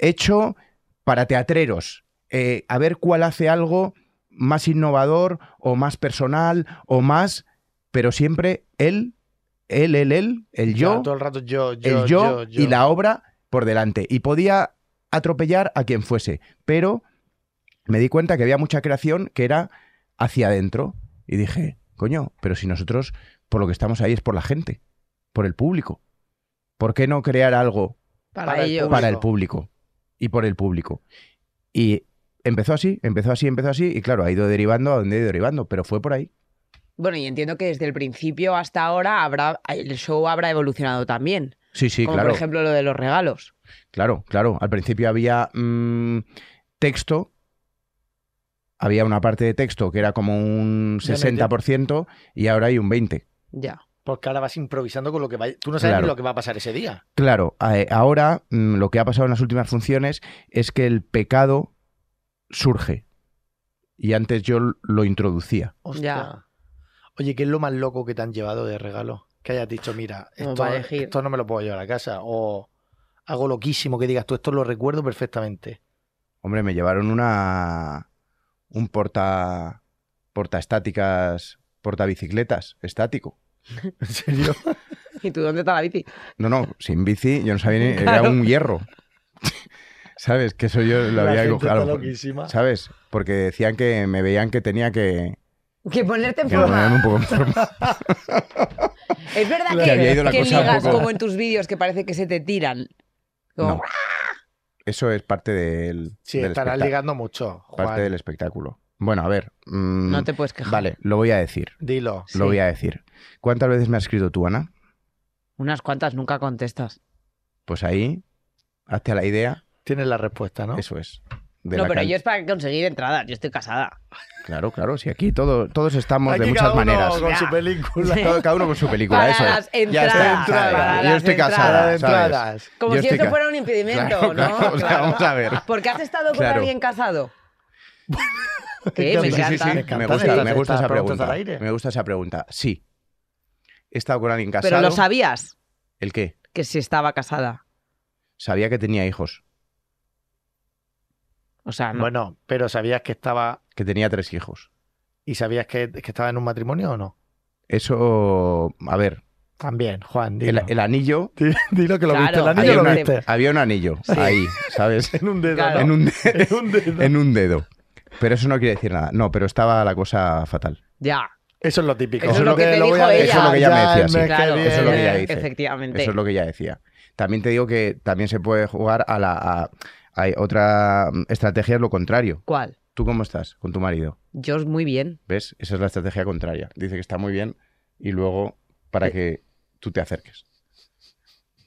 Speaker 6: hecho para teatreros, eh, a ver cuál hace algo más innovador o más personal o más, pero siempre él, él, él, él, el yo,
Speaker 3: Claro, todo el rato yo, yo,
Speaker 6: el yo, y la obra por delante. Y podía atropellar a quien fuese. Pero me di cuenta que había mucha creación que era hacia adentro. Y dije, coño, pero si nosotros por lo que estamos ahí es por la gente, por el público. ¿Por qué no crear algo
Speaker 4: Para,
Speaker 3: Para el
Speaker 4: ello.
Speaker 3: público.
Speaker 6: para el público y por el público. Y empezó así, empezó así, empezó así, y claro, ha ido derivando a donde ha ido derivando, pero fue por ahí.
Speaker 4: Bueno, y entiendo que desde el principio hasta ahora habrá el show habrá evolucionado también.
Speaker 6: Sí, sí,
Speaker 4: como
Speaker 6: claro.
Speaker 4: por ejemplo lo de los regalos.
Speaker 6: Claro, claro. Al principio había mm, texto. Había una parte de texto que era como un
Speaker 3: Ya me
Speaker 6: 60% y ahora hay un 20%.
Speaker 4: Ya.
Speaker 3: Porque ahora vas improvisando con lo que va... Tú no sabes
Speaker 6: Claro.
Speaker 3: ni lo que va a pasar ese día.
Speaker 6: Claro, a- eh, ahora mm, lo que ha pasado en las últimas funciones es que el pecado surge. Y antes yo l- lo introducía.
Speaker 3: Hostia.
Speaker 4: Ya.
Speaker 3: Oye, ¿qué es lo más loco que te han llevado de regalo? Que hayas dicho, mira,
Speaker 4: Como
Speaker 3: esto,
Speaker 4: para elegir.
Speaker 3: esto no me lo puedo llevar a casa. O algo loquísimo que digas tú, esto lo recuerdo perfectamente.
Speaker 6: Hombre, me llevaron una. un porta. porta estáticas. porta bicicletas estático.
Speaker 3: ¿En serio?
Speaker 4: ¿Y tú dónde está la bici?
Speaker 6: No, no, sin bici, yo no sabía ni. Era
Speaker 4: Claro.
Speaker 6: un hierro. ¿Sabes? Que eso yo lo
Speaker 3: La
Speaker 6: había
Speaker 3: gente está
Speaker 6: claro,
Speaker 3: loquísima.
Speaker 6: ¿Sabes? Porque decían que me veían que tenía que.
Speaker 4: Que ponerte en
Speaker 6: que ponerme
Speaker 4: forma.
Speaker 6: un poco en forma.
Speaker 4: Es verdad
Speaker 6: Que
Speaker 4: que,
Speaker 6: había ido la
Speaker 4: que
Speaker 6: cosa un
Speaker 4: ligas
Speaker 6: poco-
Speaker 4: como en tus vídeos que parece que se te tiran. Como-
Speaker 6: No. Eso es parte del.
Speaker 3: Sí,
Speaker 6: del
Speaker 3: estarás
Speaker 6: espectá-
Speaker 3: ligando mucho, Juan.
Speaker 6: Parte del espectáculo. Bueno, a ver. mm,
Speaker 4: No te puedes quejar.
Speaker 6: Vale, lo voy a decir.
Speaker 3: Dilo.
Speaker 6: Lo
Speaker 4: Sí.
Speaker 6: voy a decir. ¿Cuántas veces me has escrito tú, Ana?
Speaker 4: Unas cuantas nunca contestas.
Speaker 6: Pues ahí. Hazte a la idea.
Speaker 3: Tienes la respuesta, ¿no?
Speaker 6: Eso es. de
Speaker 4: no,
Speaker 6: la
Speaker 4: pero
Speaker 6: can-
Speaker 4: yo es para conseguir entradas. Yo estoy casada.
Speaker 6: Claro, claro. Sí, aquí todo- todos estamos
Speaker 3: Aquí
Speaker 6: de muchas
Speaker 3: cada uno
Speaker 6: maneras.
Speaker 3: Con
Speaker 4: Ya.
Speaker 3: su película.
Speaker 4: Sí.
Speaker 6: Todo- cada uno con su película,
Speaker 4: Para
Speaker 6: eso es.
Speaker 4: las
Speaker 6: Ya está,
Speaker 4: entradas,
Speaker 6: ¿sabes?
Speaker 4: para
Speaker 6: Yo
Speaker 4: las
Speaker 6: estoy
Speaker 4: entradas.
Speaker 6: casada,
Speaker 3: Para las
Speaker 6: ¿sabes?
Speaker 3: entradas.
Speaker 4: Como
Speaker 6: Yo
Speaker 4: si
Speaker 6: estoy
Speaker 4: esto
Speaker 6: ca-
Speaker 4: fuera un impedimento,
Speaker 6: Claro,
Speaker 4: ¿no?
Speaker 6: claro, o sea,
Speaker 4: Claro.
Speaker 6: vamos a ver.
Speaker 4: Porque has estado con
Speaker 6: Claro.
Speaker 4: alguien casado.
Speaker 3: Sí,
Speaker 4: Que me
Speaker 3: sí, sí,
Speaker 4: encanta.
Speaker 3: sí. Me
Speaker 6: Me
Speaker 3: encanta
Speaker 6: gusta,
Speaker 3: estas-
Speaker 6: me gusta
Speaker 3: estas
Speaker 6: esa
Speaker 3: preguntas
Speaker 6: pregunta.
Speaker 3: al aire.
Speaker 6: Me gusta esa pregunta. Sí. He estado con alguien casado.
Speaker 4: Pero lo sabías
Speaker 6: ¿El qué?
Speaker 4: que si estaba casada.
Speaker 6: Sabía que tenía hijos,
Speaker 4: O sea, no.
Speaker 3: Bueno, pero ¿sabías que estaba
Speaker 6: que tenía tres hijos.
Speaker 3: y sabías que, que estaba en un matrimonio o no?
Speaker 6: Eso, a ver,
Speaker 3: También, Juan, dilo.
Speaker 6: El, el anillo.
Speaker 3: Di- Dilo que lo
Speaker 4: Claro,
Speaker 3: viste, el
Speaker 6: Había,
Speaker 3: anillo lo
Speaker 6: una-
Speaker 4: hombre.
Speaker 3: viste.
Speaker 6: había un anillo ahí, ¿sabes?
Speaker 3: En un dedo,
Speaker 4: Claro.
Speaker 3: ¿no?
Speaker 6: En un de-
Speaker 3: En un dedo.
Speaker 6: en un dedo. Pero eso no quiere decir nada. No, pero estaba la cosa fatal.
Speaker 4: Ya.
Speaker 3: Eso es lo típico.
Speaker 4: Eso es lo que te
Speaker 3: voy
Speaker 4: dijo
Speaker 3: a
Speaker 4: ella.
Speaker 3: dejar
Speaker 4: Eso es lo
Speaker 6: que ella me
Speaker 3: ya
Speaker 6: decía,
Speaker 3: el
Speaker 6: sí.
Speaker 3: mes que
Speaker 4: Claro,
Speaker 3: viene.
Speaker 6: Eso es lo que ella dice.
Speaker 4: Efectivamente.
Speaker 6: Eso es lo que ya decía. También te digo que también se puede jugar a la... a- hay otra mm, estrategia, es lo contrario.
Speaker 4: ¿Cuál?
Speaker 6: ¿Tú cómo estás con tu marido?
Speaker 4: Yo muy bien.
Speaker 6: ¿Ves? Esa es la estrategia contraria. Dice que está muy bien y luego
Speaker 4: Eh.
Speaker 6: para que tú te acerques.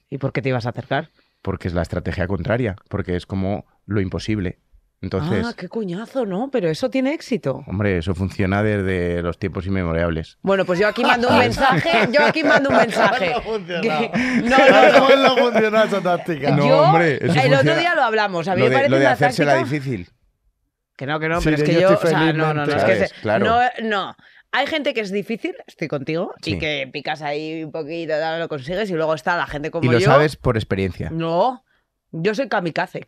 Speaker 4: ¿Y por qué te ibas a acercar?
Speaker 6: Porque es la estrategia contraria. Porque es como lo imposible. Entonces,
Speaker 4: Ah, qué cuñazo, ¿no? Pero eso tiene éxito.
Speaker 6: hombre, eso funciona desde los tiempos inmemorables.
Speaker 4: Bueno, pues yo aquí mando un mensaje. Yo aquí mando un mensaje.
Speaker 3: No ha funcionado.
Speaker 4: Que- No, no, no.
Speaker 3: no funciona esa táctica.
Speaker 6: No,
Speaker 4: Yo-
Speaker 6: hombre, eso
Speaker 4: el otro
Speaker 6: funciona.
Speaker 4: día lo hablamos. A mí
Speaker 6: lo
Speaker 4: me
Speaker 6: de,
Speaker 4: parece
Speaker 6: lo de
Speaker 4: una
Speaker 6: hacérsela
Speaker 4: táctica-
Speaker 6: difícil.
Speaker 4: Que no, que no,
Speaker 3: Sí,
Speaker 4: pero es
Speaker 3: de
Speaker 4: que
Speaker 3: yo
Speaker 4: yo,
Speaker 3: estoy
Speaker 4: o sea, no, no, no, es que
Speaker 6: felizmente.
Speaker 4: se-
Speaker 6: Claro.
Speaker 4: no, no. Hay gente que es difícil, estoy contigo, y
Speaker 6: Sí.
Speaker 4: que picas ahí un poquito, tal, lo consigues, y luego está la gente como
Speaker 6: Y lo
Speaker 4: yo.
Speaker 6: sabes por experiencia.
Speaker 4: No, yo soy kamikaze.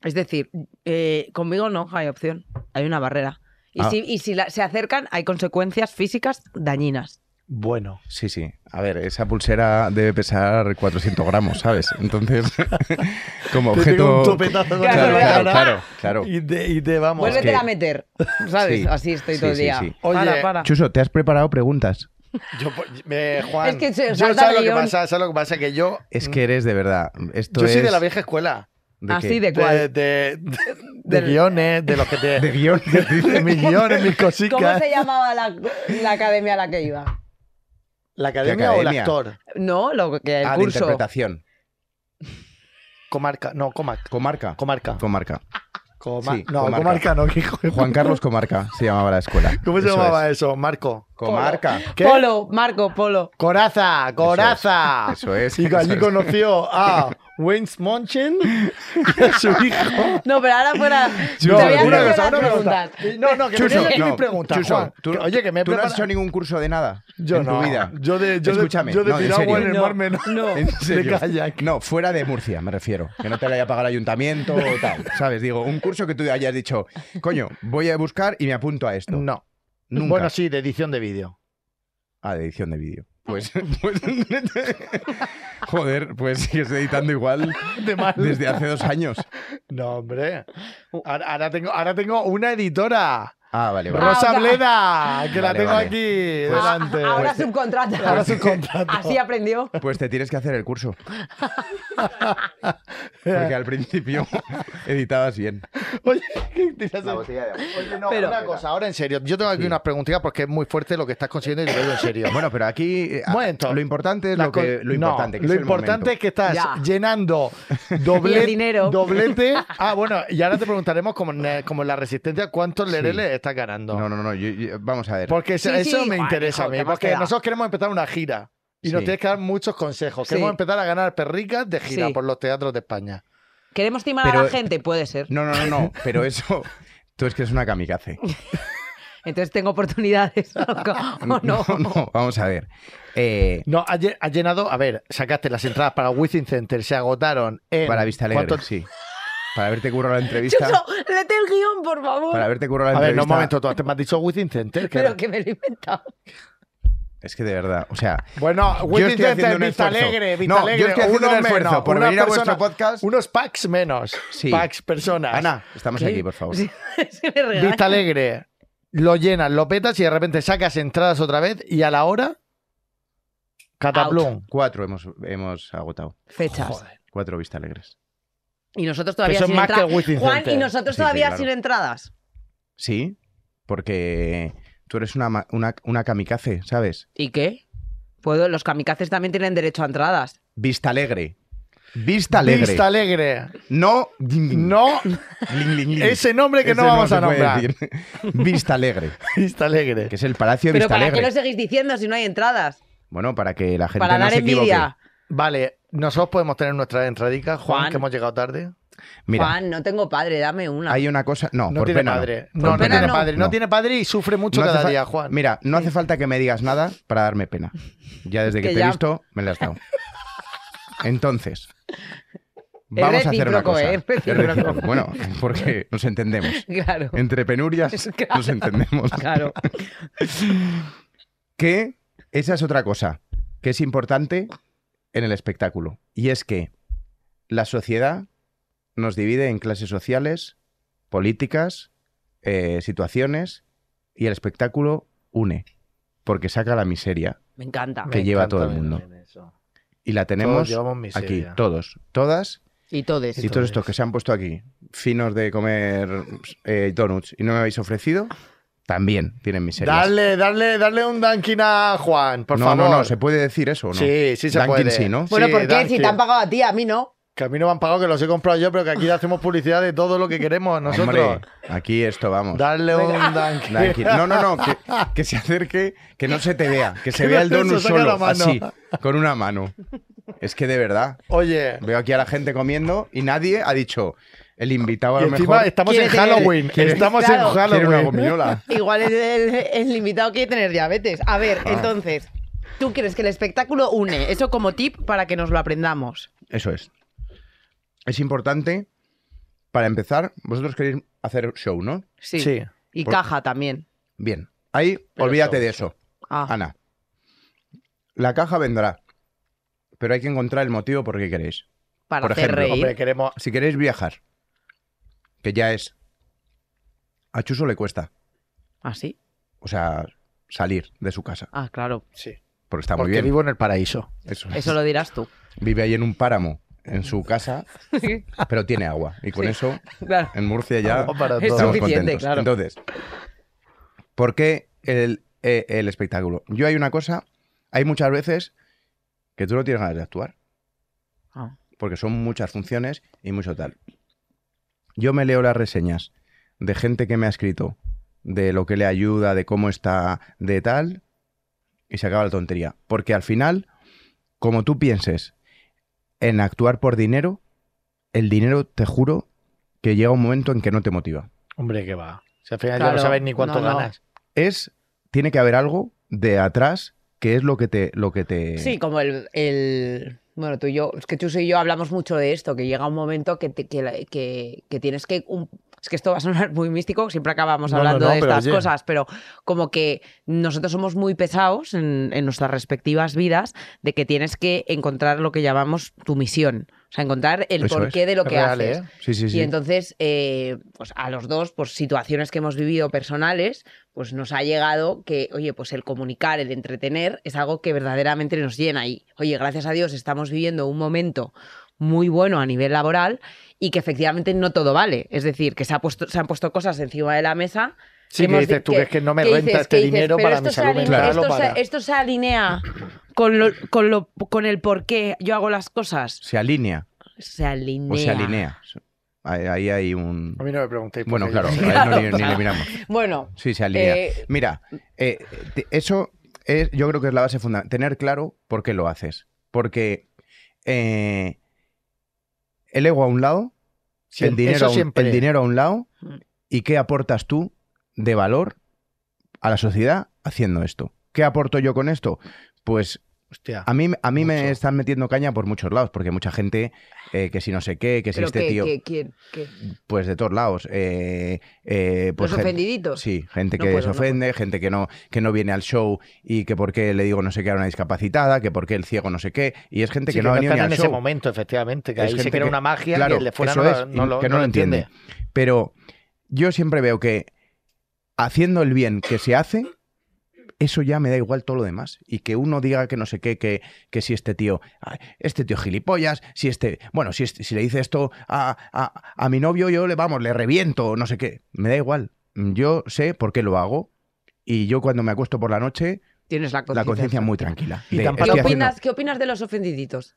Speaker 4: Es decir, eh, conmigo no hay opción, hay una barrera. Y
Speaker 6: Ah.
Speaker 4: si, y si la- se acercan, hay consecuencias físicas dañinas.
Speaker 3: Bueno,
Speaker 6: Sí, sí. A ver, esa pulsera debe pesar 400 gramos, ¿sabes? Entonces, como
Speaker 3: te pego
Speaker 6: objeto...
Speaker 3: un topetazo con
Speaker 6: Claro,
Speaker 3: la
Speaker 6: claro,
Speaker 3: cara
Speaker 6: claro, claro.
Speaker 3: Y te, y te vamos.
Speaker 4: Vuélvete
Speaker 6: que-
Speaker 4: a meter, ¿sabes?
Speaker 6: Sí.
Speaker 4: Así estoy
Speaker 6: Sí,
Speaker 4: todo el
Speaker 6: sí,
Speaker 4: día.
Speaker 6: sí.
Speaker 3: Oye,
Speaker 4: para, para.
Speaker 6: Chuso, ¿te has preparado preguntas?
Speaker 3: Yo, me- Juan,
Speaker 4: Es que se
Speaker 3: yo
Speaker 4: salta
Speaker 3: sabes lo que
Speaker 4: guión.
Speaker 3: pasa, sabes lo que pasa que yo, mm,
Speaker 4: Mm.
Speaker 6: Es que eres de verdad. Esto
Speaker 3: yo soy
Speaker 6: es
Speaker 3: de la vieja escuela,
Speaker 6: ¿de
Speaker 4: Así
Speaker 6: qué?
Speaker 4: Ah, de cuál.
Speaker 3: de, de, de- de
Speaker 4: Del-
Speaker 3: guiones, de los que te,
Speaker 6: De guión.
Speaker 3: de mis guiones, mis cositas.
Speaker 4: ¿Cómo se llamaba la, la academia a la que iba?
Speaker 3: ¿La academia o el
Speaker 6: academia?
Speaker 3: actor?
Speaker 4: No, lo que el
Speaker 6: Ah, de
Speaker 4: curso.
Speaker 6: interpretación.
Speaker 3: Comarca, no, Comac.
Speaker 6: Comarca.
Speaker 3: Comarca.
Speaker 6: Comarca.
Speaker 3: Coma-
Speaker 6: Sí,
Speaker 3: no,
Speaker 6: comarca.
Speaker 3: comarca no, que hijo de-
Speaker 6: Juan Carlos Comarca se llamaba la escuela.
Speaker 3: ¿Cómo se
Speaker 6: Eso
Speaker 3: llamaba
Speaker 6: es.
Speaker 3: eso, Marco?
Speaker 6: Comarca.
Speaker 3: ¿Qué?
Speaker 4: Polo, Marco, Polo.
Speaker 3: Coraza, Coraza.
Speaker 6: Ah. Eso es,
Speaker 3: Y
Speaker 6: eso
Speaker 3: allí
Speaker 6: es.
Speaker 3: conoció a Wayne Monchen y a su hijo.
Speaker 4: No, pero ahora fuera.
Speaker 6: No,
Speaker 4: te voy a hacer
Speaker 6: una
Speaker 4: las
Speaker 6: cosa, una
Speaker 4: preguntas.
Speaker 3: No, no, que me
Speaker 6: Chuso,
Speaker 3: quería hacer
Speaker 6: no.
Speaker 3: mis preguntas,
Speaker 6: Chuso,
Speaker 3: Juan.
Speaker 6: tú-
Speaker 3: Que- oye, que me he
Speaker 6: ¿Tú no has
Speaker 3: preparado-
Speaker 6: hecho ningún curso de nada
Speaker 3: Yo
Speaker 6: en
Speaker 3: no.
Speaker 6: tu vida?
Speaker 3: Yo de, yo de-
Speaker 6: Escúchame,
Speaker 3: yo de
Speaker 6: no, en
Speaker 3: piragua en
Speaker 6: serio.
Speaker 3: el mar menor.
Speaker 6: ¿En serio?
Speaker 3: De kayak.
Speaker 6: No, fuera de Murcia, me refiero. Que no te lo haya pagado el ayuntamiento o tal. ¿Sabes? Digo, un curso que tú hayas dicho, coño, voy a buscar y me apunto a esto.
Speaker 3: No.
Speaker 6: Nunca.
Speaker 3: Bueno, sí, de edición de vídeo.
Speaker 6: Ah, de edición de vídeo. Pues, pues- Joder, pues sigues editando igual
Speaker 3: De mal.
Speaker 6: desde hace dos años.
Speaker 3: No, hombre. Uh. Ahora, ahora tengo, ahora tengo una editora.
Speaker 6: Ah, vale, vale.
Speaker 3: Rosa
Speaker 4: ahora-
Speaker 3: Bleda, que la
Speaker 6: Vale,
Speaker 3: tengo
Speaker 6: vale.
Speaker 3: aquí
Speaker 6: Pues-
Speaker 4: Ah,
Speaker 3: delante.
Speaker 4: Ahora subcontrata.
Speaker 3: Ahora subcontrato.
Speaker 4: Así aprendió.
Speaker 6: Pues te tienes que hacer el curso. Porque al principio editabas bien.
Speaker 3: Oye, ¿qué te hace? Oye, no,
Speaker 4: Pero-
Speaker 3: una cosa, ahora en serio. Yo tengo aquí unas preguntitas porque es muy fuerte lo que estás consiguiendo y te lo digo en serio.
Speaker 6: Bueno, pero aquí eh,
Speaker 3: Momento.
Speaker 6: lo importante es
Speaker 3: La
Speaker 6: lo,
Speaker 3: co-
Speaker 6: que, lo
Speaker 3: no,
Speaker 6: importante. que
Speaker 3: lo
Speaker 6: es el
Speaker 3: importante
Speaker 6: momento.
Speaker 3: es que estás
Speaker 4: Ya.
Speaker 3: llenando doble-
Speaker 4: Y el dinero.
Speaker 3: doblete. Ah, bueno, y ahora te preguntaremos, como en, como en la resistencia, cuántos lereles estás ganando.
Speaker 6: No, no, no, yo- yo- vamos a ver.
Speaker 3: Porque eso,
Speaker 4: Sí, sí.
Speaker 3: eso me
Speaker 4: Ay,
Speaker 3: interesa
Speaker 4: hijo,
Speaker 3: a
Speaker 4: ¿qué
Speaker 3: mí.
Speaker 4: más te
Speaker 3: Porque
Speaker 4: da?
Speaker 3: nosotros queremos empezar una gira. Y nos
Speaker 6: Sí.
Speaker 3: tienes que dar muchos consejos.
Speaker 4: Sí.
Speaker 3: Queremos empezar a ganar perricas de gira
Speaker 4: Sí.
Speaker 3: por los teatros de España.
Speaker 4: ¿Queremos timar a la
Speaker 6: Pero-
Speaker 4: gente? Puede ser.
Speaker 6: No, no, no, no, pero eso... Tú es que es una kamikaze.
Speaker 4: Entonces tengo oportunidades. ¿O no?
Speaker 6: no, vamos a ver. Eh,
Speaker 3: No, has lle- has llenado. A ver, sacaste las entradas para Within Center, se agotaron en.
Speaker 6: para Vista Alegre,
Speaker 3: ¿cuánto-
Speaker 6: sí. Para haberte currado la entrevista.
Speaker 4: Chuso, lete el guión, por favor.
Speaker 6: Para haberte currado la
Speaker 3: A ver, no,
Speaker 6: entrevista.
Speaker 3: un momento, tú me has dicho Within Center. que-
Speaker 4: Pero que me lo he inventado.
Speaker 6: Es que de verdad, o sea...
Speaker 3: Bueno,
Speaker 6: Yo
Speaker 3: Within
Speaker 6: estoy haciendo
Speaker 3: Center,
Speaker 6: un
Speaker 3: Vista
Speaker 6: esfuerzo.
Speaker 3: Alegre, Vista
Speaker 6: No, yo
Speaker 3: Alegre.
Speaker 6: estoy haciendo
Speaker 3: uno
Speaker 6: un esfuerzo
Speaker 3: menos,
Speaker 6: por
Speaker 3: una
Speaker 6: venir a vuestro podcast.
Speaker 3: Unos packs menos.
Speaker 6: Sí.
Speaker 3: Packs personas.
Speaker 6: Ana, estamos aquí, por favor.
Speaker 4: Sí, se me regala.
Speaker 3: Vista Alegre, lo llenas, lo petas y de repente sacas entradas otra vez y a la hora. Cataplum.
Speaker 6: Cuatro hemos, hemos agotado.
Speaker 4: Fechas.
Speaker 3: Joder.
Speaker 6: Cuatro Vista Alegres.
Speaker 4: Y nosotros todavía
Speaker 3: Eso es
Speaker 4: sin
Speaker 3: más que
Speaker 4: entradas.
Speaker 3: el Within
Speaker 4: Juan,
Speaker 3: Center.
Speaker 4: y nosotros
Speaker 6: Sí, sí,
Speaker 4: todavía
Speaker 6: claro.
Speaker 4: sin entradas.
Speaker 6: Sí, porque tú eres una, ma- una, una kamikaze, ¿sabes?
Speaker 4: ¿Y qué? Puedo, los kamikazes también tienen derecho a entradas.
Speaker 6: Vista Alegre. Vista Alegre.
Speaker 3: Vista Alegre.
Speaker 6: No, ding, ding.
Speaker 3: No,
Speaker 6: Ling, ling, ling.
Speaker 3: ese nombre que
Speaker 6: Ese
Speaker 3: no vamos
Speaker 6: se
Speaker 3: a
Speaker 6: puede
Speaker 3: nombrar.
Speaker 6: decir. Vista Alegre,
Speaker 3: Vista Alegre.
Speaker 6: que es el Palacio de
Speaker 4: Pero
Speaker 6: Vista
Speaker 4: ¿para qué
Speaker 6: Alegre.
Speaker 4: lo seguís diciendo si no hay entradas?
Speaker 6: Bueno, para que la gente
Speaker 4: Para
Speaker 6: no
Speaker 4: dar
Speaker 6: se equivoque.
Speaker 4: envidia.
Speaker 3: Vale, nosotros podemos tener nuestra entradicas, Juan,
Speaker 4: Juan.
Speaker 3: que hemos llegado tarde.
Speaker 6: Mira,
Speaker 4: Juan, no tengo padre, dame una.
Speaker 6: hay una cosa... No,
Speaker 3: No,
Speaker 6: por
Speaker 3: tiene
Speaker 6: pena
Speaker 3: padre.
Speaker 6: no.
Speaker 3: No,
Speaker 6: Por
Speaker 3: no,
Speaker 4: pena
Speaker 3: tiene
Speaker 4: no.
Speaker 3: padre. No.
Speaker 6: No.
Speaker 3: tiene padre y sufre mucho
Speaker 6: No hace
Speaker 3: cada
Speaker 6: fa-
Speaker 3: día, Juan.
Speaker 6: Mira, no hace falta que me digas nada para darme pena. Ya desde que,
Speaker 4: Que
Speaker 6: te he
Speaker 4: ya-
Speaker 6: visto, me la has dado. Entonces,
Speaker 4: Es
Speaker 6: vamos a hacer una
Speaker 4: recíproco,
Speaker 6: cosa.
Speaker 4: ¿eh? Es recíproco.
Speaker 6: Bueno, porque nos entendemos.
Speaker 4: Claro,
Speaker 6: Entre penurias
Speaker 4: Claro.
Speaker 6: nos entendemos.
Speaker 4: claro.
Speaker 6: Que esa es otra cosa. que es importante en el espectáculo. Y es que la sociedad nos divide en clases sociales, políticas, eh, situaciones, y el espectáculo une, porque saca la miseria
Speaker 4: Me encanta.
Speaker 6: que
Speaker 3: Me
Speaker 6: lleva
Speaker 3: encanta
Speaker 6: todo el
Speaker 3: ver
Speaker 6: mundo.
Speaker 3: también eso.
Speaker 6: y la tenemos
Speaker 3: Todos llevamos
Speaker 6: aquí,
Speaker 3: miseria.
Speaker 6: todos, todas
Speaker 4: Y todes.
Speaker 6: y todos estos
Speaker 3: todos.
Speaker 6: que se han puesto aquí, finos de comer eh, donuts y no me habéis ofrecido, también tienen miseria.
Speaker 3: Dale, dale, dale un Dunkin' a Juan, por
Speaker 6: no,
Speaker 3: favor.
Speaker 6: no, no, se puede decir eso, ¿o ¿no?
Speaker 3: Sí, sí se
Speaker 6: Dunkin'
Speaker 3: puede.
Speaker 6: sí, ¿no?
Speaker 4: Bueno,
Speaker 3: Sí,
Speaker 4: ¿por qué? Si
Speaker 3: Dunkin'.
Speaker 4: te han pagado a ti, a mí no.
Speaker 3: Que a mí no me han pagado, que los he comprado yo, pero que aquí le hacemos publicidad de todo lo que queremos nosotros.
Speaker 6: Hombre, aquí esto, vamos.
Speaker 3: Darle un Dunkin'.
Speaker 6: Dunkin'. No, no, no, que, que se acerque, que no se te vea, que se
Speaker 3: Que
Speaker 6: vea
Speaker 3: no
Speaker 6: el
Speaker 3: se
Speaker 6: donut
Speaker 3: saque la
Speaker 6: solo,
Speaker 3: mano.
Speaker 6: así, con una mano. Es que de verdad,
Speaker 3: Oye,
Speaker 6: veo aquí a la gente comiendo y nadie ha dicho, el invitado a
Speaker 3: y
Speaker 6: lo
Speaker 3: encima
Speaker 6: mejor
Speaker 3: estamos en
Speaker 4: Quiere tener-
Speaker 3: Halloween.
Speaker 6: quiere-
Speaker 3: Estamos
Speaker 4: Claro.
Speaker 3: en
Speaker 6: quiere una
Speaker 3: Halloween.
Speaker 6: gominola.
Speaker 4: Igual el, el, el invitado quiere tener diabetes. A ver, entonces, tú crees que el espectáculo une. Eso como tip para que nos lo aprendamos.
Speaker 6: Eso es. Es importante, para empezar, vosotros queréis hacer show, ¿no?
Speaker 4: Sí.
Speaker 3: Sí.
Speaker 4: Y
Speaker 6: Por-
Speaker 4: caja también.
Speaker 6: Bien. Ahí,
Speaker 3: Pero
Speaker 6: olvídate
Speaker 3: show,
Speaker 6: de eso,
Speaker 4: Ah,
Speaker 6: Ana. La caja vendrá, pero hay que encontrar el motivo por qué queréis.
Speaker 4: para
Speaker 6: por
Speaker 4: hacer
Speaker 6: ejemplo,
Speaker 4: reír.
Speaker 3: Hombre, queremos.
Speaker 6: Si queréis viajar, que ya es. A Chuso le cuesta,
Speaker 4: ¿Ah, sí?
Speaker 6: o sea, salir de su casa,
Speaker 4: Ah, claro.
Speaker 3: Sí.
Speaker 6: porque está muy
Speaker 3: Porque
Speaker 6: bien.
Speaker 3: vivo en el paraíso.
Speaker 6: Eso es.
Speaker 4: Eso lo dirás tú.
Speaker 6: Vive ahí en un páramo, en su casa, pero tiene agua. Y con
Speaker 4: Sí.
Speaker 6: eso,
Speaker 4: Claro.
Speaker 6: en Murcia ya.
Speaker 3: Algo para
Speaker 4: Es
Speaker 3: todos.
Speaker 6: Estamos
Speaker 4: suficiente,
Speaker 6: contentos.
Speaker 4: claro.
Speaker 6: Entonces, ¿por qué el, eh, el espectáculo? Yo hay una cosa, hay muchas veces que tú no tienes ganas de actuar,
Speaker 4: Ah.
Speaker 6: porque son muchas funciones y mucho tal. Yo me leo las reseñas de gente que me ha escrito, de lo que le ayuda, de cómo está, de tal, y se acaba la tontería. Porque al final, como tú pienses en actuar por dinero, el dinero, te juro, que llega un momento en que no te motiva.
Speaker 3: Hombre, que va. Si al final ya
Speaker 4: Claro.
Speaker 3: no sabes ni cuánto
Speaker 4: No, no.
Speaker 3: ganas.
Speaker 6: es tiene que haber algo de atrás que es lo que te lo que te
Speaker 4: Sí, como el, el- Bueno, tú y yo, es que Chuso y yo hablamos mucho de esto, que llega un momento que, te- que, la- que- que tienes que... un- es que esto va a sonar muy místico, siempre acabamos
Speaker 3: No, no,
Speaker 4: hablando
Speaker 3: no,
Speaker 4: de
Speaker 3: pero
Speaker 4: estas
Speaker 3: oye.
Speaker 4: cosas, pero como que nosotros somos muy pesados en, en nuestras respectivas vidas de que tienes que encontrar lo que llamamos tu misión, o sea, encontrar el
Speaker 6: Eso
Speaker 4: porqué de lo que
Speaker 3: Real,
Speaker 4: haces.
Speaker 3: ¿eh?
Speaker 6: sí sí sí
Speaker 4: Y entonces, eh, pues a los dos, por situaciones que hemos vivido personales, pues nos ha llegado que, oye, pues el comunicar, el entretener, es algo que verdaderamente nos llena. Y, oye, gracias a Dios estamos viviendo un momento muy bueno a nivel laboral y que efectivamente no todo vale. Es decir, que se, ha puesto, se han puesto cosas encima de la mesa.
Speaker 3: Sí, que
Speaker 4: hemos
Speaker 3: dices
Speaker 4: di-
Speaker 3: tú que es que no me
Speaker 4: que
Speaker 3: renta
Speaker 4: dices-
Speaker 3: este
Speaker 4: que dices,
Speaker 3: dinero
Speaker 4: "Pero
Speaker 3: para mi
Speaker 4: esto se
Speaker 3: salud
Speaker 4: aline-
Speaker 3: mental o
Speaker 4: Esto,
Speaker 3: para-".
Speaker 4: se, esto se alinea con, lo, con, lo, con el por qué yo hago las cosas.
Speaker 6: se alinea
Speaker 4: Se alinea.
Speaker 6: o se alinea ahí, ahí hay un
Speaker 3: A mí no me preguntéis. por
Speaker 6: bueno
Speaker 3: qué.
Speaker 6: claro,
Speaker 3: Yo-
Speaker 6: a él no ni-
Speaker 4: Claro,
Speaker 6: ni, le
Speaker 4: claro.
Speaker 6: miramos
Speaker 4: Bueno,
Speaker 6: sí se alinea
Speaker 4: Eh,
Speaker 6: mira eh, te- eso es yo creo que es la base fundamental tener claro por qué lo haces porque eh, el ego a un lado el
Speaker 3: Siempre-
Speaker 6: dinero,
Speaker 3: eso
Speaker 6: a un,
Speaker 3: siempre.
Speaker 6: el dinero a un lado
Speaker 4: Mm.
Speaker 6: y qué aportas tú de valor a la sociedad haciendo esto. ¿Qué aporto yo con esto? Pues
Speaker 3: Hostia.
Speaker 6: a mí, a mí me
Speaker 3: Mucho.
Speaker 6: están metiendo caña por muchos lados, porque mucha gente, eh, que si no sé qué, que si
Speaker 4: pero
Speaker 6: este
Speaker 4: que-
Speaker 6: tío,
Speaker 4: que- que- que-
Speaker 6: pues de todos lados. eh, eh, pues
Speaker 4: los
Speaker 6: gen-
Speaker 4: ofendiditos.
Speaker 6: Sí, gente
Speaker 4: No
Speaker 6: que
Speaker 4: puedo,
Speaker 6: se
Speaker 4: no
Speaker 6: ofende, gente que no, que no viene al show y que por qué le digo no sé qué a una discapacitada, que por qué el ciego no sé qué, y es gente
Speaker 3: Sí,
Speaker 6: que no ha venido
Speaker 3: están
Speaker 6: ni al
Speaker 3: en
Speaker 6: show.
Speaker 3: ese momento, efectivamente, que
Speaker 6: Es
Speaker 3: ahí se
Speaker 6: gente
Speaker 3: crea
Speaker 6: que-
Speaker 3: una magia
Speaker 6: claro,
Speaker 3: que el de fuera
Speaker 6: eso
Speaker 3: no,
Speaker 6: es,
Speaker 3: lo- no
Speaker 6: y
Speaker 3: lo,
Speaker 6: que no lo entiende. Pero yo siempre veo que haciendo el bien que se hace, eso ya me da igual todo lo demás. Y que uno diga que no sé qué, que, que si este tío, ay, este tío gilipollas, si este, bueno, si, este- si le dice esto a, a- a mi novio, yo le, vamos, le reviento, no sé qué. Me da igual. Yo sé por qué lo hago. Y yo cuando me acuesto por la noche,
Speaker 4: Tienes la
Speaker 6: la conciencia
Speaker 4: conciencia.
Speaker 6: muy tranquila.
Speaker 3: Y
Speaker 6: de,
Speaker 3: tampoco-
Speaker 6: estoy
Speaker 4: ¿Qué
Speaker 3: Estoy
Speaker 4: opinas, ¿Qué opinas de los ofendiditos?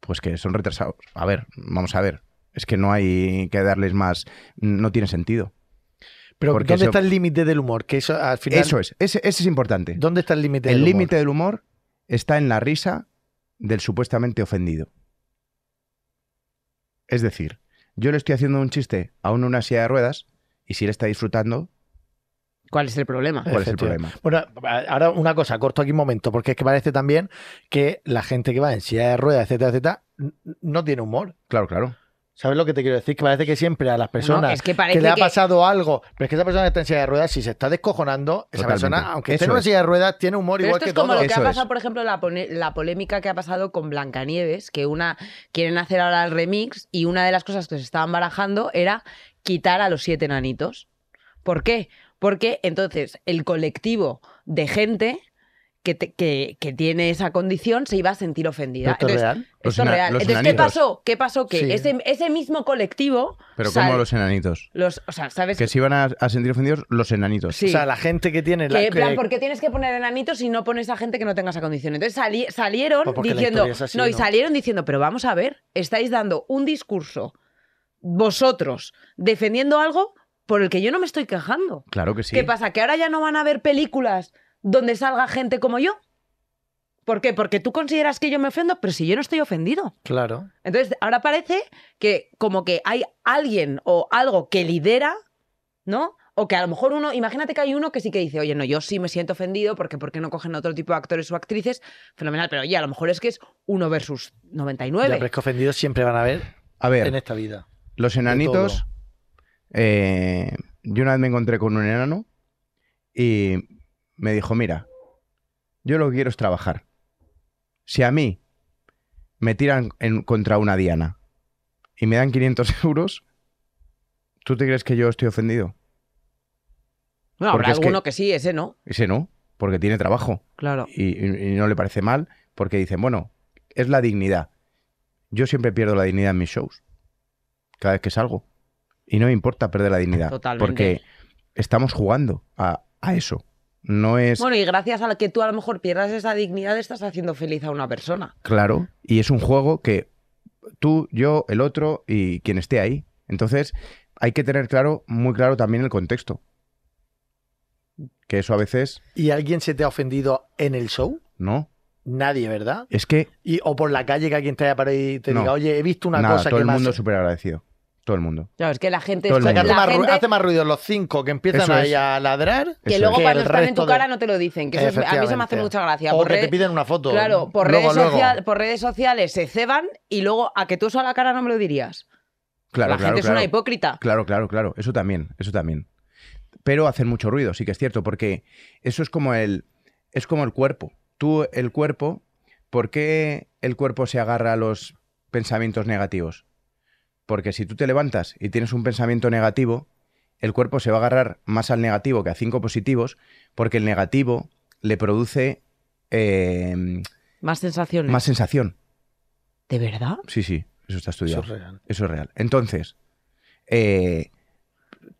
Speaker 6: Pues que son retrasados. A ver, vamos a ver. Es que no hay que darles más. No tiene sentido.
Speaker 3: Pero
Speaker 6: Porque
Speaker 3: ¿dónde
Speaker 6: eso-
Speaker 3: está el límite del humor? Que eso al final.
Speaker 6: Eso es. Ese, ese es importante.
Speaker 3: ¿Dónde está el límite del
Speaker 6: El
Speaker 3: humor?
Speaker 6: límite del humor está en la risa del supuestamente ofendido. Es decir, yo le estoy haciendo un chiste a uno en una silla de ruedas y si él está disfrutando,
Speaker 4: ¿Cuál es el problema?
Speaker 6: ¿cuál es el
Speaker 3: Efectivamente.
Speaker 6: problema?
Speaker 3: Bueno, ahora una cosa, corto aquí un momento, porque es que parece también que la gente que va en silla de ruedas, etcétera, etcétera, n- no tiene humor.
Speaker 6: Claro, claro.
Speaker 3: O ¿Sabes lo que te quiero decir? Que parece que siempre a las personas
Speaker 4: es que parece
Speaker 3: le ha
Speaker 4: que-
Speaker 3: pasado algo, pero es que esa persona que está en silla de ruedas, si se está descojonando, esa
Speaker 6: Totalmente.
Speaker 3: persona, aunque esté en
Speaker 6: Eso
Speaker 3: una
Speaker 6: es.
Speaker 3: silla de ruedas, tiene humor
Speaker 4: Pero
Speaker 3: igual
Speaker 4: esto
Speaker 3: que
Speaker 4: es como
Speaker 3: todo.
Speaker 4: lo que ha
Speaker 6: Eso es.
Speaker 4: pasado, por ejemplo, la, pone- la polémica que ha pasado con Blancanieves, que una quieren hacer ahora el remix y una de las cosas que se estaban barajando era quitar a los siete nanitos. ¿Por qué? Porque entonces el colectivo de gente que, te- que- que tiene esa condición se iba a sentir ofendida.
Speaker 3: Pero esto es
Speaker 4: Entonces,
Speaker 3: real.
Speaker 6: Los
Speaker 4: esto es
Speaker 6: na-
Speaker 4: real.
Speaker 6: los
Speaker 4: Entonces, ¿qué
Speaker 6: nanitos.
Speaker 4: pasó? ¿Qué pasó? Que
Speaker 3: Sí.
Speaker 4: ese, ese mismo colectivo.
Speaker 6: Pero
Speaker 4: sal-
Speaker 6: como los enanitos.
Speaker 4: los- O sea, ¿sabes?
Speaker 6: Que se iban a, a sentir ofendidos los enanitos.
Speaker 4: Sí.
Speaker 3: O sea, la gente que tiene la
Speaker 4: Que, en plan,
Speaker 3: que-
Speaker 4: ¿por qué tienes que poner enanitos si no pones a gente que no tenga esa condición? Entonces sali- salieron
Speaker 3: Pues porque la
Speaker 4: diciendo.
Speaker 3: historia es así,
Speaker 4: no, y
Speaker 3: ¿no?
Speaker 4: salieron diciendo, pero vamos a ver, estáis dando un discurso, vosotros, defendiendo algo por el que yo no me estoy quejando.
Speaker 6: Claro que sí.
Speaker 4: ¿Qué pasa? ¿Que ahora ya no van a ver películas donde salga gente como yo? ¿Por qué? Porque tú consideras que yo me ofendo, pero si yo no estoy ofendido.
Speaker 3: Claro.
Speaker 4: Entonces, ahora parece que como que hay alguien o algo que lidera, ¿no? O que a lo mejor uno, imagínate que hay uno que sí que dice, oye, no, yo sí me siento ofendido porque ¿por qué no cogen otro tipo de actores o actrices? Fenomenal, pero oye, a lo mejor es que es uno versus
Speaker 3: Ya,
Speaker 4: 99.
Speaker 3: pero es que ofendidos siempre van a haber
Speaker 6: A ver,
Speaker 3: en esta vida.
Speaker 6: los enanitos. eh, yo una vez me encontré con un enano y me dijo: Mira, yo lo que quiero es trabajar. Si a mí me tiran en- contra una diana y me dan 500 euros, ¿tú te crees que yo estoy ofendido?
Speaker 4: Bueno, habrá
Speaker 6: porque es que-
Speaker 4: alguno que... sí, ese no.
Speaker 6: Ese no, porque tiene trabajo
Speaker 4: Claro.
Speaker 6: y, y- y no le parece mal, porque dicen: Bueno, es la dignidad. Yo siempre pierdo la dignidad en mis shows, cada vez que salgo. Y no me importa perder la dignidad.
Speaker 4: Totalmente.
Speaker 6: Porque estamos jugando a, a eso. No es
Speaker 4: Bueno, y gracias a la que tú a lo mejor pierdas esa dignidad, estás haciendo feliz a una persona.
Speaker 6: claro. Y es un juego que tú, yo, el otro y quien esté ahí. Entonces, hay que tener claro, muy claro también el contexto. Que eso a veces
Speaker 3: ¿Y alguien se te ha ofendido en el show?
Speaker 6: no.
Speaker 3: Nadie, ¿verdad?
Speaker 6: Es que
Speaker 3: Y, o por la calle que alguien te haya parado y te
Speaker 6: No.
Speaker 3: diga, oye, he visto una
Speaker 6: nada,
Speaker 3: cosa
Speaker 6: todo
Speaker 3: que
Speaker 6: el
Speaker 3: me
Speaker 6: mundo
Speaker 3: hace-
Speaker 6: súper agradecido. Todo el mundo.
Speaker 4: Claro, es que la gente...
Speaker 6: Todo el
Speaker 3: O sea, que hace,
Speaker 6: mundo.
Speaker 4: la
Speaker 3: más ruido,
Speaker 4: gente-
Speaker 3: hace más ruido los cinco que empiezan
Speaker 6: Eso
Speaker 3: ahí
Speaker 6: es.
Speaker 3: a ladrar
Speaker 4: Que
Speaker 6: Eso
Speaker 4: luego
Speaker 6: es.
Speaker 3: que
Speaker 4: cuando
Speaker 3: el
Speaker 4: están en tu
Speaker 3: resto de-
Speaker 4: cara no te lo dicen, que eso es- a mí se me hace
Speaker 3: Efectivamente.
Speaker 4: mucha gracia.
Speaker 3: O
Speaker 4: por
Speaker 3: que te
Speaker 4: redes-
Speaker 3: piden una foto.
Speaker 4: Claro, por
Speaker 3: Luego,
Speaker 4: redes,
Speaker 3: luego.
Speaker 4: social- por redes sociales se ceban y luego a que tú eso a la cara no me lo dirías.
Speaker 6: Claro,
Speaker 4: la
Speaker 6: claro,
Speaker 4: gente es
Speaker 6: claro.
Speaker 4: una hipócrita.
Speaker 6: Claro, claro, claro. Eso también, eso también. Pero hacen mucho ruido, sí que es cierto, porque eso es como el, es como el cuerpo. Tú, el cuerpo, ¿por qué el cuerpo se agarra a los pensamientos negativos? Porque si tú te levantas y tienes un pensamiento negativo, el cuerpo se va a agarrar más al negativo que a cinco positivos, porque el negativo le produce eh,
Speaker 4: Más sensaciones.
Speaker 6: más sensación.
Speaker 4: ¿De verdad?
Speaker 6: Sí, sí, eso está estudiado.
Speaker 3: Eso es real.
Speaker 6: Eso es real. Entonces, eh,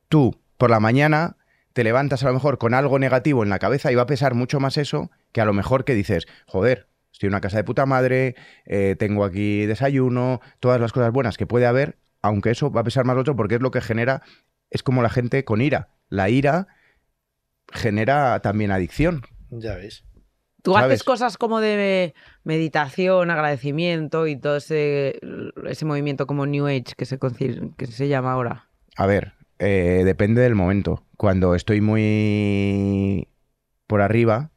Speaker 6: tú por la mañana te levantas a lo mejor con algo negativo en la cabeza y va a pesar mucho más eso que a lo mejor que dices, joder, estoy en una casa de puta madre, eh, tengo aquí desayuno, todas las cosas buenas que puede haber, aunque eso va a pesar más lo otro porque es lo que genera, es como la gente con ira. La ira genera también adicción.
Speaker 3: Ya ves.
Speaker 4: Tú
Speaker 6: ¿Sabes?
Speaker 4: haces cosas como de meditación, agradecimiento y todo ese, ese movimiento como New Age que se, conci- que se llama ahora.
Speaker 6: A ver, eh, depende del momento. Cuando estoy muy por arriba,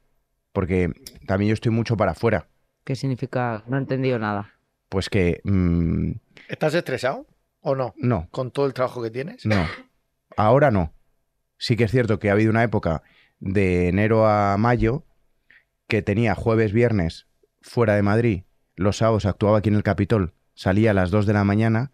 Speaker 6: porque también yo estoy mucho para afuera,
Speaker 4: ¿Qué significa? No he entendido nada.
Speaker 6: pues que mm,
Speaker 3: ¿Estás estresado o no?
Speaker 6: no,
Speaker 3: Con todo el trabajo que tienes.
Speaker 6: no. Ahora no. Sí que es cierto que ha habido una época de enero a mayo que tenía jueves, viernes fuera de Madrid, los sábados actuaba aquí en el Capitol, salía a las 2 de la mañana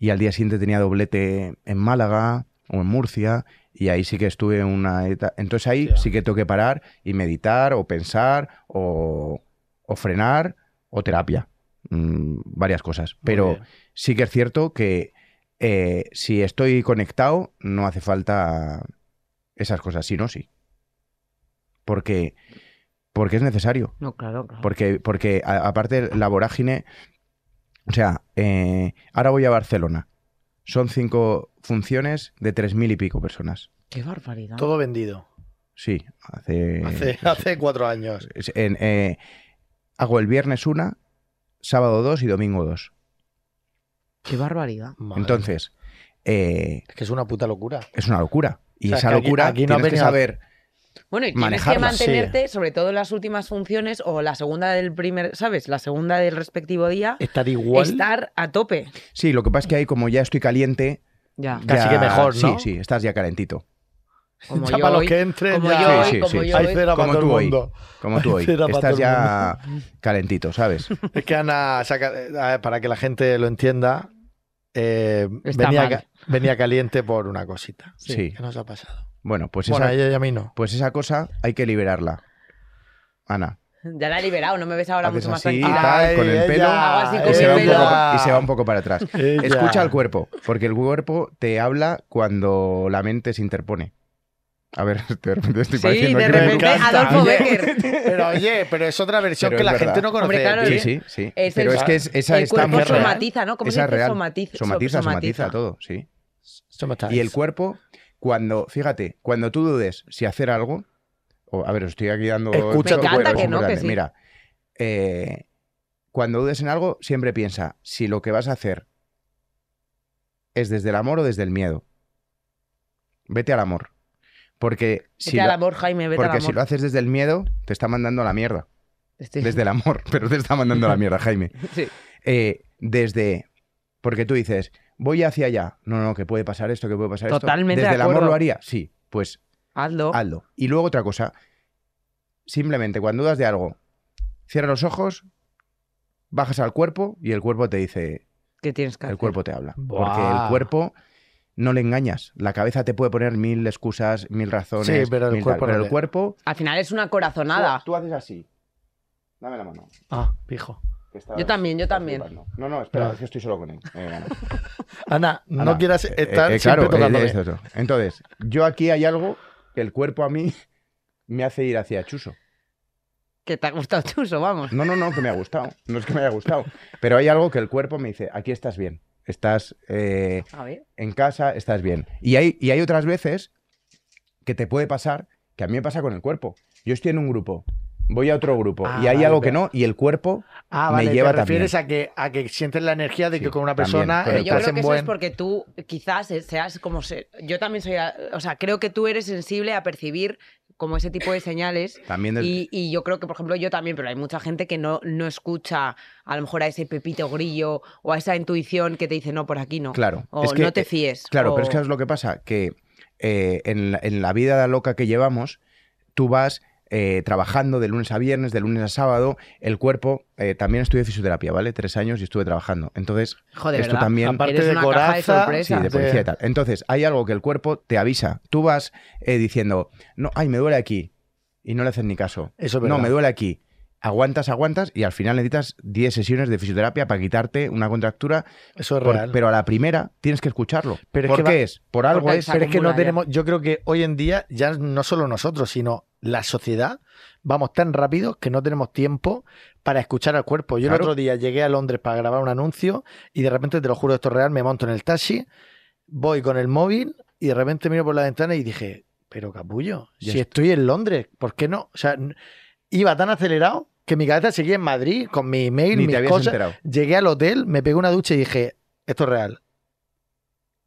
Speaker 6: y al día siguiente tenía doblete en Málaga o en Murcia y ahí sí que estuve una eta- entonces ahí
Speaker 3: Hostia.
Speaker 6: sí que tengo que parar y meditar o pensar o, o frenar o terapia, Mm, varias cosas, pero
Speaker 3: bien.
Speaker 6: sí que es cierto que eh, si estoy conectado no hace falta esas cosas, si no sí, porque porque es necesario.
Speaker 4: No, claro, claro.
Speaker 6: Porque, porque a- aparte la vorágine, o sea, eh, ahora voy a Barcelona. Son cinco funciones de tres mil y pico personas.
Speaker 4: Qué barbaridad.
Speaker 3: Todo vendido.
Speaker 6: Sí, hace...
Speaker 3: Hace, hace cuatro años.
Speaker 6: es- en, eh, hago el viernes una, sábado dos y domingo dos.
Speaker 4: Qué barbaridad.
Speaker 3: Madre
Speaker 6: Entonces, eh,
Speaker 3: mía. Es que es una puta locura.
Speaker 6: es una locura.
Speaker 3: O
Speaker 6: Y
Speaker 3: sea,
Speaker 6: esa
Speaker 3: que aquí-
Speaker 6: locura
Speaker 3: aquí no
Speaker 6: tienes
Speaker 3: has
Speaker 6: que
Speaker 3: venido a-
Speaker 6: saber
Speaker 4: Bueno, y tienes que
Speaker 6: Manejarlas, sí.
Speaker 4: mantenerte, sobre todo en las últimas funciones o la segunda del primer, ¿sabes? La segunda del respectivo día,
Speaker 3: Estar igual.
Speaker 4: estar a tope.
Speaker 6: Sí, lo que pasa es que ahí, como ya estoy caliente.
Speaker 4: Ya.
Speaker 3: Casi
Speaker 6: ya-
Speaker 3: que mejor, ¿no?
Speaker 6: Sí, sí, estás ya calentito.
Speaker 4: Como
Speaker 3: Ya
Speaker 4: yo
Speaker 3: para los
Speaker 4: hoy,
Speaker 3: que entren,
Speaker 4: como
Speaker 3: ya.
Speaker 4: yo hoy,
Speaker 6: Sí, sí,
Speaker 4: como
Speaker 6: sí.
Speaker 4: yo
Speaker 3: Hay
Speaker 4: hoy.
Speaker 3: cera para
Speaker 6: Como
Speaker 3: todo el
Speaker 6: tú hoy.
Speaker 3: mundo.
Speaker 6: Como tú hoy.
Speaker 3: Era para
Speaker 6: Estás
Speaker 3: todo el
Speaker 6: ya calentito, ¿sabes?
Speaker 3: Es que Ana, saca- a ver, para que la gente lo entienda, eh,
Speaker 4: Está
Speaker 3: venía,
Speaker 4: mal.
Speaker 3: ca- venía caliente por una cosita.
Speaker 6: Sí.
Speaker 3: ¿Qué nos ha pasado?
Speaker 6: Bueno, pues
Speaker 3: bueno,
Speaker 6: esa,
Speaker 3: a ella y a mí no.
Speaker 6: pues esa cosa hay que liberarla. Ana.
Speaker 4: Ya la he liberado, no me ves ahora
Speaker 6: haces
Speaker 4: mucho más
Speaker 6: así,
Speaker 4: tranquila.
Speaker 6: tal, con
Speaker 3: Ay,
Speaker 6: el pelo,
Speaker 3: ella,
Speaker 4: Hago así con
Speaker 6: y, se
Speaker 4: el
Speaker 6: va un
Speaker 4: pelo.
Speaker 6: poco, y se va un poco para atrás.
Speaker 3: Ella.
Speaker 6: Escucha al cuerpo, porque el cuerpo te habla cuando la mente se interpone. A ver, de repente estoy
Speaker 4: Sí,
Speaker 6: pareciendo
Speaker 4: de
Speaker 6: aquí
Speaker 3: me
Speaker 4: repente
Speaker 3: encanta.
Speaker 4: Adolfo
Speaker 3: Oye,
Speaker 4: Becker.
Speaker 3: Pero oye, pero es otra versión
Speaker 6: Pero
Speaker 3: que
Speaker 6: es
Speaker 3: la
Speaker 6: verdad.
Speaker 3: gente no conoce.
Speaker 4: Hombre, claro, ¿eh?
Speaker 3: de ti.
Speaker 6: Sí,
Speaker 4: bien.
Speaker 6: sí, sí.
Speaker 4: Es
Speaker 6: Pero
Speaker 4: el-
Speaker 6: es que es- esa
Speaker 4: el
Speaker 6: está
Speaker 4: cuerpo
Speaker 6: muy real.
Speaker 4: somatiza, ¿no? ¿Cómo se
Speaker 6: Esa es
Speaker 4: dice?
Speaker 6: real.
Speaker 4: Somatiza-
Speaker 6: somatiza,
Speaker 4: somatiza.
Speaker 6: somatiza todo, sí.
Speaker 3: Esto me está-
Speaker 6: Y el cuerpo, cuando, fíjate, cuando tú dudes si hacer algo, o- a ver, os estoy aquí dando.
Speaker 3: Escucha
Speaker 6: esto-
Speaker 3: tu
Speaker 6: esto
Speaker 3: cuerpo.
Speaker 6: es
Speaker 3: Que
Speaker 4: no, que
Speaker 6: importante.
Speaker 4: sí.
Speaker 6: Mira, eh, cuando dudes en algo, siempre piensa si lo que vas a hacer es desde el amor o desde el miedo. Vete al amor. Porque si,
Speaker 4: vete al
Speaker 6: lo,
Speaker 4: amor, Jaime, vete al
Speaker 6: porque
Speaker 4: amor.
Speaker 6: si lo haces desde el miedo, te está mandando a la mierda.
Speaker 4: Estoy-
Speaker 6: Desde el amor, pero te está mandando a la mierda, Jaime.
Speaker 4: Sí.
Speaker 6: Eh, desde. Porque tú dices, voy hacia allá. No, no, que puede pasar esto, que puede pasar
Speaker 4: Totalmente
Speaker 6: esto.
Speaker 4: de
Speaker 6: ¿Desde el amor
Speaker 4: acuerdo. Oh.
Speaker 6: lo haría? Sí, pues
Speaker 4: Hazlo.
Speaker 6: hazlo. Y luego otra cosa. Simplemente cuando dudas de algo, cierra los ojos, bajas al cuerpo y el cuerpo te dice,
Speaker 4: ¿Qué tienes que hacer?
Speaker 6: el cuerpo te habla.
Speaker 3: Buah.
Speaker 6: Porque el cuerpo no le engañas. La cabeza te puede poner mil excusas, mil razones.
Speaker 3: Sí, pero el
Speaker 6: mil tal.
Speaker 3: cuerpo no
Speaker 6: Pero
Speaker 3: le-
Speaker 6: el cuerpo.
Speaker 4: Al final es una corazonada.
Speaker 6: Tú, tú haces así. Dame la mano.
Speaker 3: Ah, pijo.
Speaker 6: que estás-
Speaker 4: Yo también, yo
Speaker 6: estás
Speaker 4: también.
Speaker 6: flipando. No, no, espera,
Speaker 3: No.
Speaker 6: es que estoy solo con él. Eh, Ana.
Speaker 3: Ana, no
Speaker 6: Ana,
Speaker 3: quieras
Speaker 6: eh,
Speaker 3: estar
Speaker 6: eh,
Speaker 3: siempre
Speaker 6: claro,
Speaker 3: tocándome.
Speaker 6: eh, es otro. Entonces, yo aquí hay algo que el cuerpo a mí me hace ir hacia Chuso.
Speaker 4: Que te ha gustado Chuso, vamos.
Speaker 6: No, no, no, que me ha gustado. No es que me haya gustado. Pero hay algo que el cuerpo me dice, aquí estás bien. Estás eh,
Speaker 4: A ver.
Speaker 6: en casa, estás bien. Y hay, y hay otras veces que te puede pasar, que a mí me pasa con el cuerpo. Yo estoy en un grupo, voy a otro grupo,
Speaker 3: Ah,
Speaker 6: y hay
Speaker 3: vale,
Speaker 6: algo que
Speaker 3: pero-
Speaker 6: no, y el cuerpo...
Speaker 3: Ah,
Speaker 6: me
Speaker 3: vale,
Speaker 6: lleva
Speaker 3: te refieres a que a que sientes la energía de que
Speaker 6: Sí,
Speaker 3: con una
Speaker 6: también,
Speaker 3: persona
Speaker 6: pero
Speaker 3: eh,
Speaker 4: Pero yo
Speaker 3: estás
Speaker 4: creo
Speaker 3: en
Speaker 4: que eso es
Speaker 3: buen
Speaker 4: porque tú quizás eh, seas como ser. Yo también soy. a- O sea, creo que tú eres sensible a percibir como ese tipo de señales.
Speaker 6: También del-
Speaker 4: Y, y yo creo que, por ejemplo, yo también, pero hay mucha gente que no, no escucha a lo mejor a ese pepito grillo o a esa intuición que te dice, no, por aquí no.
Speaker 6: Claro.
Speaker 4: O
Speaker 6: es que-
Speaker 4: no te
Speaker 6: eh,
Speaker 4: fíes.
Speaker 6: Claro, pero es
Speaker 4: o-
Speaker 6: que es lo que pasa, que eh, en, la, en la vida loca que llevamos, tú vas eh, trabajando de lunes a viernes, de lunes a sábado, el cuerpo, eh, también estudié fisioterapia, ¿vale? Tres años y estuve trabajando. Entonces,
Speaker 4: Joder,
Speaker 6: esto
Speaker 4: ¿verdad?
Speaker 6: también...
Speaker 3: Aparte
Speaker 4: Eres
Speaker 3: de
Speaker 4: una caja de
Speaker 3: coraza,
Speaker 4: sorpresas.
Speaker 6: Sí, de policía y tal. Entonces, hay algo que el cuerpo te avisa. Tú vas eh, diciendo, no, ay, me duele aquí. Y no le haces ni caso.
Speaker 3: Eso es
Speaker 6: no,
Speaker 3: verdad.
Speaker 6: me duele aquí. Aguantas, aguantas y al final necesitas 10 sesiones de fisioterapia para quitarte una contractura.
Speaker 3: Eso es
Speaker 6: Por-
Speaker 3: real.
Speaker 6: pero a la primera tienes que escucharlo.
Speaker 3: Pero es
Speaker 6: ¿Por
Speaker 3: que
Speaker 6: qué
Speaker 3: va-
Speaker 6: es? Por algo
Speaker 4: porque
Speaker 6: es.
Speaker 4: se
Speaker 3: ¿eh? Pero es que
Speaker 4: acumula
Speaker 3: no
Speaker 4: ya.
Speaker 3: tenemos, yo creo que hoy en día ya no solo nosotros, sino la sociedad, vamos tan rápido que no tenemos tiempo para escuchar al cuerpo. Yo el
Speaker 6: Claro.
Speaker 3: otro día llegué a Londres para grabar un anuncio y de repente, te lo juro, esto es real, me monto en el taxi, voy con el móvil y de repente miro por la ventana y dije, pero capullo,
Speaker 6: Ya
Speaker 3: si
Speaker 6: está.
Speaker 3: estoy en Londres, ¿por qué no? O sea, n- iba tan acelerado que mi cabeza seguía en Madrid con mi email,
Speaker 6: Ni te
Speaker 3: mis
Speaker 6: habías
Speaker 3: cosas.
Speaker 6: enterado.
Speaker 3: Llegué al hotel, me pegué una ducha y dije, esto es real.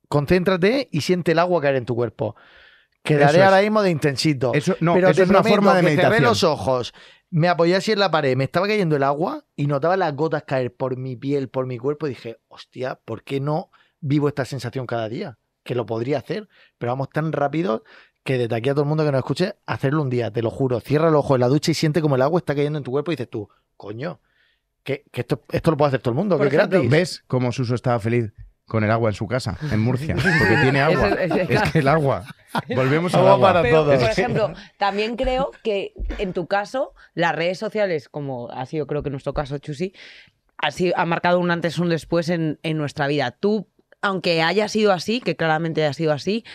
Speaker 3: Concéntrate y siente el agua caer en tu cuerpo. Quedaré
Speaker 6: Eso es.
Speaker 3: ahora mismo de intensito.
Speaker 6: Eso, no,
Speaker 3: pero
Speaker 6: eso
Speaker 3: te
Speaker 6: es una
Speaker 3: prometo
Speaker 6: forma de
Speaker 3: que cerré
Speaker 6: meditación.
Speaker 3: los ojos, me apoyé así en la pared, me estaba cayendo el agua y notaba las gotas caer por mi piel, por mi cuerpo y dije, hostia, ¿por qué no vivo esta sensación cada día? Que lo podría hacer, pero vamos tan rápido que desde aquí a todo el mundo que nos escuche, hacerlo un día, te lo juro. Cierra los ojos en la ducha y siente como el agua está cayendo en tu cuerpo y dices tú, coño, que, que esto, esto lo puede hacer todo el mundo,
Speaker 4: Por
Speaker 3: que es
Speaker 4: ejemplo,
Speaker 3: gratis.
Speaker 6: ¿Ves cómo Suso estaba feliz con el agua en su casa, en Murcia? Porque tiene agua.
Speaker 4: Eso- eso-
Speaker 6: es que el agua. Volvemos al
Speaker 3: Agua
Speaker 6: agua.
Speaker 3: para
Speaker 4: Pero,
Speaker 3: todos.
Speaker 4: por ejemplo, también creo que en tu caso, las redes sociales, como ha sido creo que en nuestro caso, Chusi, ha, sido- ha marcado un antes y un después en, en nuestra vida. Tú, aunque haya sido así, que claramente ha sido así,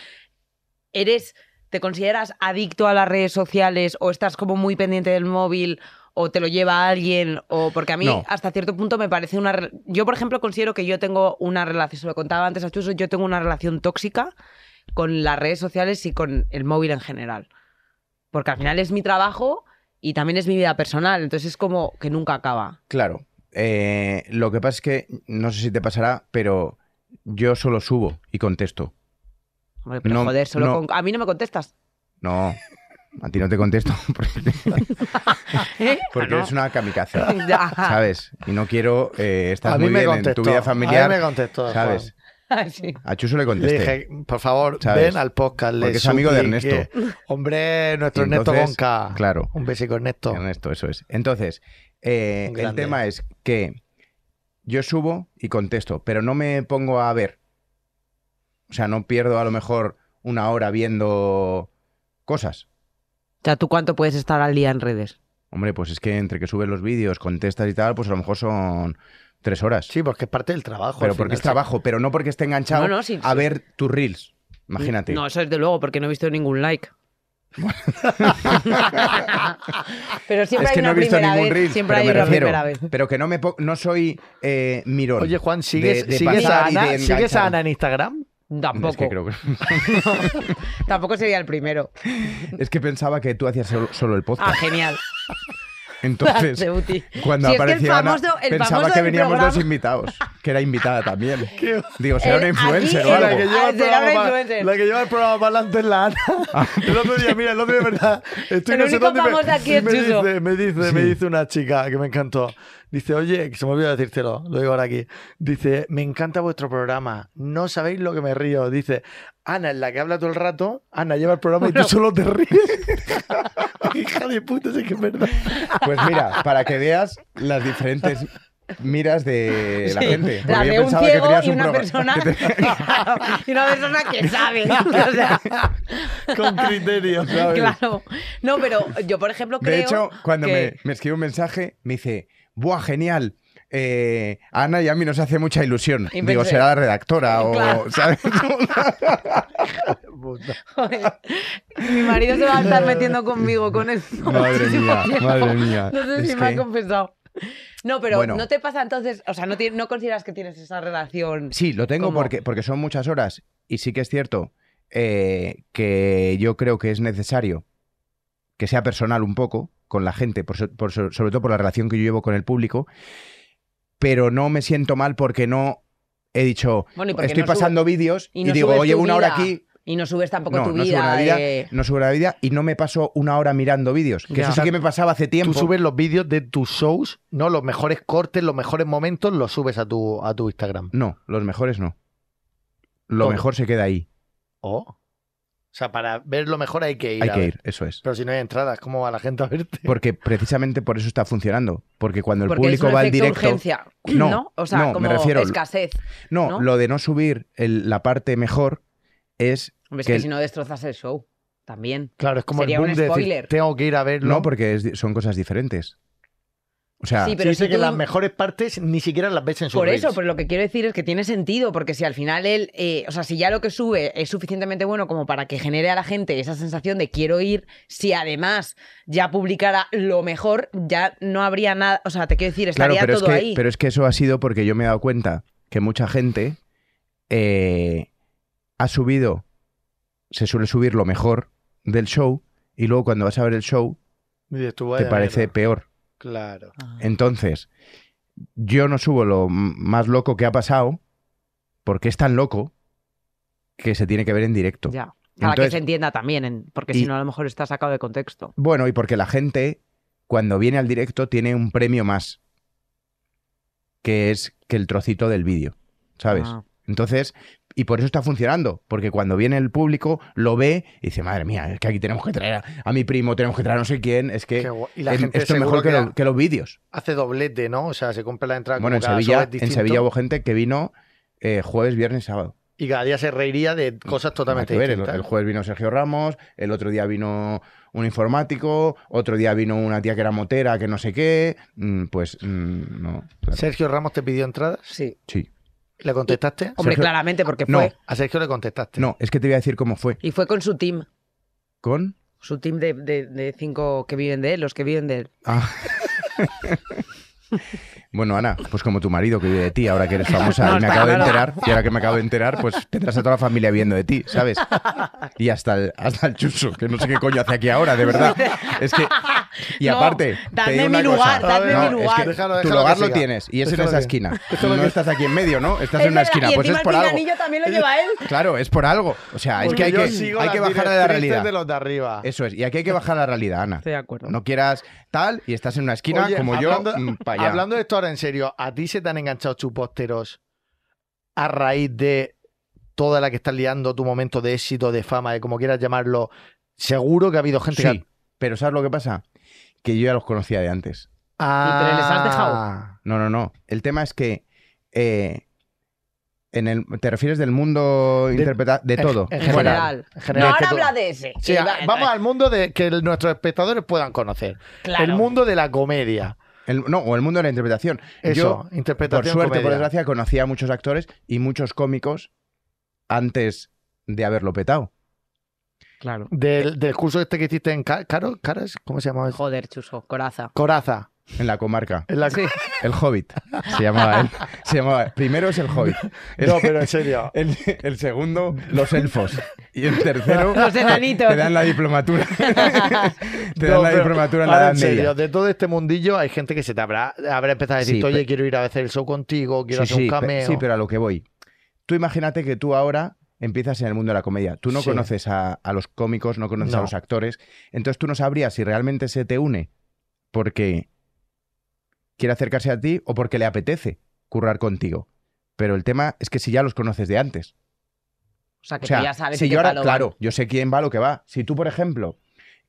Speaker 4: eres, ¿te consideras adicto a las redes sociales o estás como muy pendiente del móvil? O te lo lleva alguien, o porque a mí
Speaker 6: No.
Speaker 4: hasta cierto punto me parece una. re- Yo, por ejemplo, considero que yo tengo una relación, se lo contaba antes a Chuso, yo tengo una relación tóxica con las redes sociales y con el móvil en general. Porque al final es mi trabajo y también es mi vida personal. Entonces es como que nunca acaba.
Speaker 6: Claro. Eh, lo que pasa es que, no sé si te pasará, pero yo solo subo y contesto.
Speaker 4: Hombre, pero
Speaker 6: No,
Speaker 4: joder, solo
Speaker 6: no.
Speaker 4: con- A mí no me contestas.
Speaker 6: No. A ti no te contesto porque,
Speaker 4: ¿Eh?
Speaker 6: porque
Speaker 4: Ah,
Speaker 6: eres una kamikaze.
Speaker 4: no. Ya.
Speaker 6: ¿Sabes? Y no quiero eh, estar
Speaker 3: A mí
Speaker 6: muy
Speaker 3: me
Speaker 6: bien en
Speaker 3: contestó,
Speaker 6: tu vida familiar.
Speaker 3: a mí me contestó,
Speaker 6: ¿Sabes?
Speaker 4: Sí.
Speaker 6: A Chuso le
Speaker 3: Le
Speaker 6: contesté.
Speaker 3: dije, por favor,
Speaker 6: ¿Sabes?
Speaker 3: ven al podcast. le
Speaker 6: Porque es amigo de
Speaker 3: supliqué.
Speaker 6: Ernesto.
Speaker 3: Hombre, nuestro
Speaker 6: Y entonces,
Speaker 3: Ernesto Gonca.
Speaker 6: claro.
Speaker 3: Un besico, Ernesto.
Speaker 6: Ernesto, eso es. Entonces, eh,
Speaker 3: Un
Speaker 6: el
Speaker 3: grande.
Speaker 6: tema es que yo subo y contesto, pero no me pongo a ver. O sea, no pierdo a lo mejor una hora viendo cosas.
Speaker 4: O sea, ¿tú cuánto puedes estar al día en redes?
Speaker 6: Hombre, pues es que entre que subes los vídeos, contestas y tal, pues a lo mejor son tres horas.
Speaker 3: Sí, porque es parte del trabajo.
Speaker 6: pero
Speaker 3: al
Speaker 6: porque es
Speaker 3: final.
Speaker 6: trabajo, pero no porque esté enganchado
Speaker 4: No, no, sí,
Speaker 6: a
Speaker 4: sí.
Speaker 6: ver tus reels. Imagínate.
Speaker 4: No, eso es de luego, porque no he visto ningún like. Pero siempre
Speaker 6: es
Speaker 4: hay
Speaker 6: que
Speaker 4: una
Speaker 6: no he visto
Speaker 4: primera
Speaker 6: ningún
Speaker 4: vez.
Speaker 6: reel.
Speaker 4: siempre
Speaker 6: pero
Speaker 4: hay
Speaker 6: me
Speaker 4: una
Speaker 6: refiero,
Speaker 4: primera vez.
Speaker 6: Pero que no me po- no soy eh, mirón.
Speaker 3: Oye, Juan,
Speaker 6: de-
Speaker 3: ¿sigues,
Speaker 6: de
Speaker 3: ¿sigues, a
Speaker 6: pasar y de
Speaker 3: Ana, ¿sigues a
Speaker 6: engancharme.
Speaker 3: Ana en Instagram?
Speaker 4: Tampoco.
Speaker 6: Es que creo que-
Speaker 4: Tampoco sería el primero.
Speaker 6: Es que pensaba que tú hacías solo, solo el
Speaker 4: Ah,
Speaker 6: podcast.
Speaker 4: genial.
Speaker 6: Entonces, eh,
Speaker 4: de útil.
Speaker 6: cuando
Speaker 4: Ah, Si es que el
Speaker 6: aparecía Ana,
Speaker 4: famoso- el
Speaker 6: pensaba
Speaker 4: famoso
Speaker 6: que
Speaker 4: del
Speaker 6: veníamos
Speaker 4: programa.
Speaker 6: dos invitados, que era invitada también. Digo, será
Speaker 4: El-
Speaker 6: una influencer
Speaker 4: aquí
Speaker 6: o
Speaker 4: el-
Speaker 6: algo.
Speaker 4: Ah, será una
Speaker 3: pa-
Speaker 4: influencer.
Speaker 3: la que lleva el programa para adelante es la Ana. El otro día, mira, el otro día, verdad. Estoy
Speaker 4: El
Speaker 3: no sé
Speaker 4: único
Speaker 3: dónde y me-
Speaker 4: famoso aquí
Speaker 3: y
Speaker 4: es
Speaker 3: me
Speaker 4: Chuso.
Speaker 3: dice, me dice, me dice una chica que me encantó. Dice, oye, que se me olvidó decírtelo, lo digo ahora aquí. Dice, me encanta vuestro programa. No sabéis lo que me río. Dice, Ana es la que habla todo el rato. Ana lleva el programa y tú solo te ríes. Hija de puta, sí que es verdad.
Speaker 6: Pues mira, para que veas las diferentes miras de la
Speaker 4: Sí,
Speaker 6: gente. Porque
Speaker 4: la
Speaker 6: yo
Speaker 4: de un
Speaker 6: pensaba
Speaker 4: ciego
Speaker 6: que tenías
Speaker 4: y
Speaker 6: un
Speaker 4: una
Speaker 6: programa-
Speaker 4: persona.
Speaker 6: que te-
Speaker 4: y una persona que sabe. O sea,
Speaker 3: Con criterio, ¿sabes?
Speaker 4: claro. No, pero yo, por ejemplo, creo.
Speaker 6: De hecho, cuando
Speaker 4: que-
Speaker 6: me, me escribe un mensaje, me dice, ¡buah, genial! eh, a Ana y a mí nos hace mucha ilusión.
Speaker 4: Y
Speaker 6: Digo,
Speaker 4: pensé- eh,
Speaker 6: será la redactora
Speaker 4: Claro.
Speaker 6: o, ¿sabes?
Speaker 4: Joder, mi marido se va a estar metiendo conmigo con esto.
Speaker 6: Madre
Speaker 4: muchísimo
Speaker 6: mía,
Speaker 4: tiempo.
Speaker 6: madre mía.
Speaker 4: No sé
Speaker 6: Ah, Es
Speaker 4: si me ha
Speaker 6: que-
Speaker 4: confesado. No, pero
Speaker 6: Bueno.
Speaker 4: no te pasa entonces, o sea, no, ti- no consideras que tienes esa relación.
Speaker 6: Sí, lo tengo
Speaker 4: ¿Cómo?
Speaker 6: porque, porque son muchas horas. Y sí que es cierto eh, que yo creo que es necesario que sea personal un poco con la gente, por so- por so- sobre todo por la relación que yo llevo con el público. Pero no me siento mal porque no he dicho,
Speaker 4: Bueno, y porque
Speaker 6: estoy
Speaker 4: no sube-
Speaker 6: pasando vídeos y,
Speaker 4: y no
Speaker 6: digo,
Speaker 4: subes tu
Speaker 6: oye, una hora
Speaker 4: vida".
Speaker 6: aquí.
Speaker 4: Y no subes tampoco
Speaker 6: No,
Speaker 4: tu
Speaker 6: no
Speaker 4: vida. eh,
Speaker 6: subo una vida,
Speaker 4: de-
Speaker 6: no subo una vida y no me paso una hora mirando vídeos. Que
Speaker 4: Ya.
Speaker 6: eso sí que me pasaba hace tiempo.
Speaker 3: Tú subes los vídeos de tus shows, ¿no? Los mejores cortes, los mejores momentos, los subes a tu, a tu Instagram.
Speaker 6: No, los mejores no. Lo
Speaker 3: Todo.
Speaker 6: mejor se queda ahí.
Speaker 3: Oh. O sea, para ver lo mejor hay que ir.
Speaker 6: Hay
Speaker 3: a
Speaker 6: que
Speaker 3: ver.
Speaker 6: ir, Pues eso es.
Speaker 3: Pero si no hay entradas, ¿cómo va la gente a verte?
Speaker 6: Porque precisamente por eso está funcionando. Porque cuando el
Speaker 4: porque
Speaker 6: público
Speaker 4: es un
Speaker 6: va al
Speaker 4: efecto
Speaker 6: directo.
Speaker 4: urgencia,
Speaker 6: No,
Speaker 4: no, O sea,
Speaker 6: no, me
Speaker 4: como
Speaker 6: refiero-
Speaker 4: escasez.
Speaker 6: No,
Speaker 4: ¿no?
Speaker 6: lo de no subir el- la parte mejor es.
Speaker 4: Hombre, es
Speaker 6: que
Speaker 4: que
Speaker 6: el-
Speaker 4: si no destrozas el show. También.
Speaker 3: Claro, es como
Speaker 4: Sería
Speaker 3: el
Speaker 4: un
Speaker 3: boom de decir,
Speaker 4: spoiler.
Speaker 3: tengo que ir a verlo.
Speaker 6: No, porque es di- son cosas diferentes. O sea,
Speaker 4: Sí,
Speaker 3: Sí,
Speaker 4: pero
Speaker 3: dice
Speaker 4: si
Speaker 3: que
Speaker 4: tú-
Speaker 3: las mejores partes ni siquiera las ves en su
Speaker 4: Por eso, pero lo que quiero decir es que tiene sentido, porque si al final él, eh, o sea, si ya lo que sube es suficientemente bueno como para que genere a la gente esa sensación de quiero ir, si además ya publicara lo mejor, ya no habría nada, o sea, te quiero decir,
Speaker 6: claro,
Speaker 4: estaría
Speaker 6: pero es,
Speaker 4: todo
Speaker 6: que,
Speaker 4: ahí.
Speaker 6: pero es que eso ha sido porque yo me he dado cuenta que mucha gente eh, ha subido. Se suele subir lo mejor del show y luego cuando vas a ver el show te parece peor.
Speaker 3: Claro.
Speaker 4: Ah,
Speaker 6: Entonces, yo no subo lo m- más loco que ha pasado porque es tan loco que se tiene que ver en directo.
Speaker 4: Ya. Para que
Speaker 6: Entonces-
Speaker 4: se entienda también, en- porque
Speaker 6: Y-
Speaker 4: si no a lo mejor está sacado de contexto.
Speaker 6: Bueno, y porque la gente, cuando viene al directo, tiene un premio más, que es que el trocito del vídeo, ¿sabes?
Speaker 4: Ah.
Speaker 6: Entonces, y por eso está funcionando, porque cuando viene el público, lo ve y dice, madre mía, es que aquí tenemos que traer a, a mi primo, tenemos que traer a no sé quién, es que
Speaker 3: Qué guay. Y la
Speaker 6: en-
Speaker 3: gente
Speaker 6: esto es
Speaker 3: seguro
Speaker 6: mejor que,
Speaker 3: que
Speaker 6: lo-
Speaker 3: la-
Speaker 6: que los vídeos.
Speaker 3: Hace doblete, ¿no? O sea, se compra la entrada
Speaker 6: Bueno, en
Speaker 3: como cada
Speaker 6: Sevilla,
Speaker 3: show es
Speaker 6: en Sevilla
Speaker 3: distinto,
Speaker 6: hubo gente que vino eh, jueves, viernes, sábado.
Speaker 3: Y cada día se reiría de cosas
Speaker 6: Nada
Speaker 3: totalmente
Speaker 6: Mm, que ver, el,
Speaker 3: distintas.
Speaker 6: el jueves vino Sergio Ramos, el otro día vino un informático, otro día vino una tía que era motera, que no sé qué. mm, Pues mm, no. claro.
Speaker 3: Sergio Ramos te pidió entradas.
Speaker 4: Sí.
Speaker 6: Sí.
Speaker 3: ¿Le contestaste?
Speaker 4: Hombre,
Speaker 6: Sergio-
Speaker 4: claramente, porque
Speaker 6: No.
Speaker 4: fue.
Speaker 3: A Sergio le contestaste.
Speaker 6: No, es que te voy a decir cómo fue.
Speaker 4: Y fue con su team.
Speaker 6: Con.
Speaker 4: Su team de, de- de cinco que viven de él, los que viven de él.
Speaker 6: Ah. Bueno, Ana, pues como tu marido que vive de ti ahora que eres famosa
Speaker 4: No,
Speaker 6: y me
Speaker 4: está
Speaker 6: acabo de
Speaker 4: claro.
Speaker 6: enterar, y ahora que me acabo de enterar, pues tendrás a toda la familia viendo de ti, ¿sabes? Y hasta el, hasta el chuso, que no sé qué coño hace aquí ahora, de verdad. Es que. Y
Speaker 4: No,
Speaker 6: aparte.
Speaker 4: dadme
Speaker 6: te digo una
Speaker 4: mi
Speaker 6: cosa.
Speaker 4: lugar, dadme mi
Speaker 6: Es que
Speaker 4: lugar.
Speaker 3: Déjalo,
Speaker 6: tu
Speaker 3: déjalo
Speaker 6: lugar
Speaker 3: que
Speaker 6: lo
Speaker 3: siga.
Speaker 6: tienes y es en
Speaker 3: Déjalo
Speaker 6: esa
Speaker 3: que-
Speaker 6: esquina.
Speaker 3: déjalo
Speaker 6: No
Speaker 3: que-
Speaker 6: estás aquí en medio, ¿no? Estás
Speaker 4: Es
Speaker 6: en una
Speaker 4: verdad,
Speaker 6: esquina.
Speaker 4: y
Speaker 6: Pues
Speaker 4: encima
Speaker 6: es por
Speaker 4: el
Speaker 6: algo.
Speaker 4: pinganillo también lo lleva él.
Speaker 6: Claro, es por algo. O sea, es que
Speaker 3: Porque
Speaker 6: hay
Speaker 3: yo
Speaker 6: que,
Speaker 3: sigo
Speaker 6: hay que
Speaker 3: las
Speaker 6: bajar a la
Speaker 3: directrices
Speaker 6: realidad.
Speaker 3: de los de arriba.
Speaker 6: Eso es, y aquí hay que bajar a la realidad, Ana.
Speaker 4: Estoy de acuerdo.
Speaker 6: No quieras tal y estás en una esquina
Speaker 3: Oye,
Speaker 6: como yo,
Speaker 3: hablando-
Speaker 6: mm, pa' allá.
Speaker 3: Hablando de esto ahora en serio, ¿a ti se te han enganchado chuposteros a raíz de toda la que estás liando, tu momento de éxito, de fama, de como quieras llamarlo? Seguro que ha habido gente
Speaker 6: Sí,
Speaker 3: que... ha-
Speaker 6: pero ¿sabes lo que pasa? Que yo ya los conocía de antes.
Speaker 4: ¿Y te les has dejado?
Speaker 3: Ah.
Speaker 6: No, no, no. El tema es que eh, en el, te refieres del mundo interpreta- de
Speaker 3: en-
Speaker 6: todo.
Speaker 3: en
Speaker 4: En
Speaker 3: Bueno,
Speaker 4: general.
Speaker 3: en
Speaker 4: No,
Speaker 3: general, que
Speaker 4: ahora
Speaker 3: tú-
Speaker 4: habla de ese.
Speaker 3: Sí,
Speaker 4: Y
Speaker 3: a-
Speaker 4: va-
Speaker 3: vamos al mundo de que el- nuestros espectadores puedan conocer.
Speaker 4: Claro.
Speaker 3: El mundo de la comedia.
Speaker 6: El- no, o el mundo de la interpretación.
Speaker 3: Eso,
Speaker 6: yo, por
Speaker 3: interpretación
Speaker 6: suerte, por
Speaker 3: comedia.
Speaker 6: desgracia, conocía a muchos actores y muchos cómicos antes de haberlo petado.
Speaker 4: Claro.
Speaker 3: Del, del curso este que hiciste en Ca- Caro, Caras, ¿cómo se llamaba? eso?
Speaker 4: Joder, chuso, coraza.
Speaker 3: Coraza.
Speaker 6: En la comarca.
Speaker 3: En la-
Speaker 6: El Hobbit. Se llamaba él. Se llamaba. Primero es el Hobbit. El-
Speaker 3: No, pero en serio.
Speaker 6: El, el segundo, los elfos. Y el tercero,
Speaker 4: Los enanitos.
Speaker 6: te dan la diplomatura. te dan
Speaker 3: No,
Speaker 6: la
Speaker 3: pero
Speaker 6: diplomatura en la
Speaker 3: ahora,
Speaker 6: Edad
Speaker 3: Ah, en serio,
Speaker 6: Media.
Speaker 3: de todo este mundillo hay gente que se te habrá, habrá empezado a decir,
Speaker 6: Sí,
Speaker 3: oye,
Speaker 6: pe-
Speaker 3: quiero ir a hacer el show contigo, quiero
Speaker 6: Sí,
Speaker 3: hacer un
Speaker 6: sí, pe-
Speaker 3: cameo.
Speaker 6: sí, pero a lo que voy. Tú imagínate que tú ahora empiezas en el mundo de la comedia. Tú no
Speaker 3: Sí.
Speaker 6: conoces a, a los cómicos, no conoces a
Speaker 3: No.
Speaker 6: los actores. Entonces tú no sabrías si realmente se te une porque quiere acercarse a ti o porque le apetece currar contigo. Pero el tema es que si ya los conoces de antes.
Speaker 4: O sea, que
Speaker 6: O sea,
Speaker 4: tú ya sabes
Speaker 6: si
Speaker 4: qué
Speaker 6: yo ahora-
Speaker 4: palo van.
Speaker 6: claro, yo sé quién va lo que va. Si tú, por ejemplo,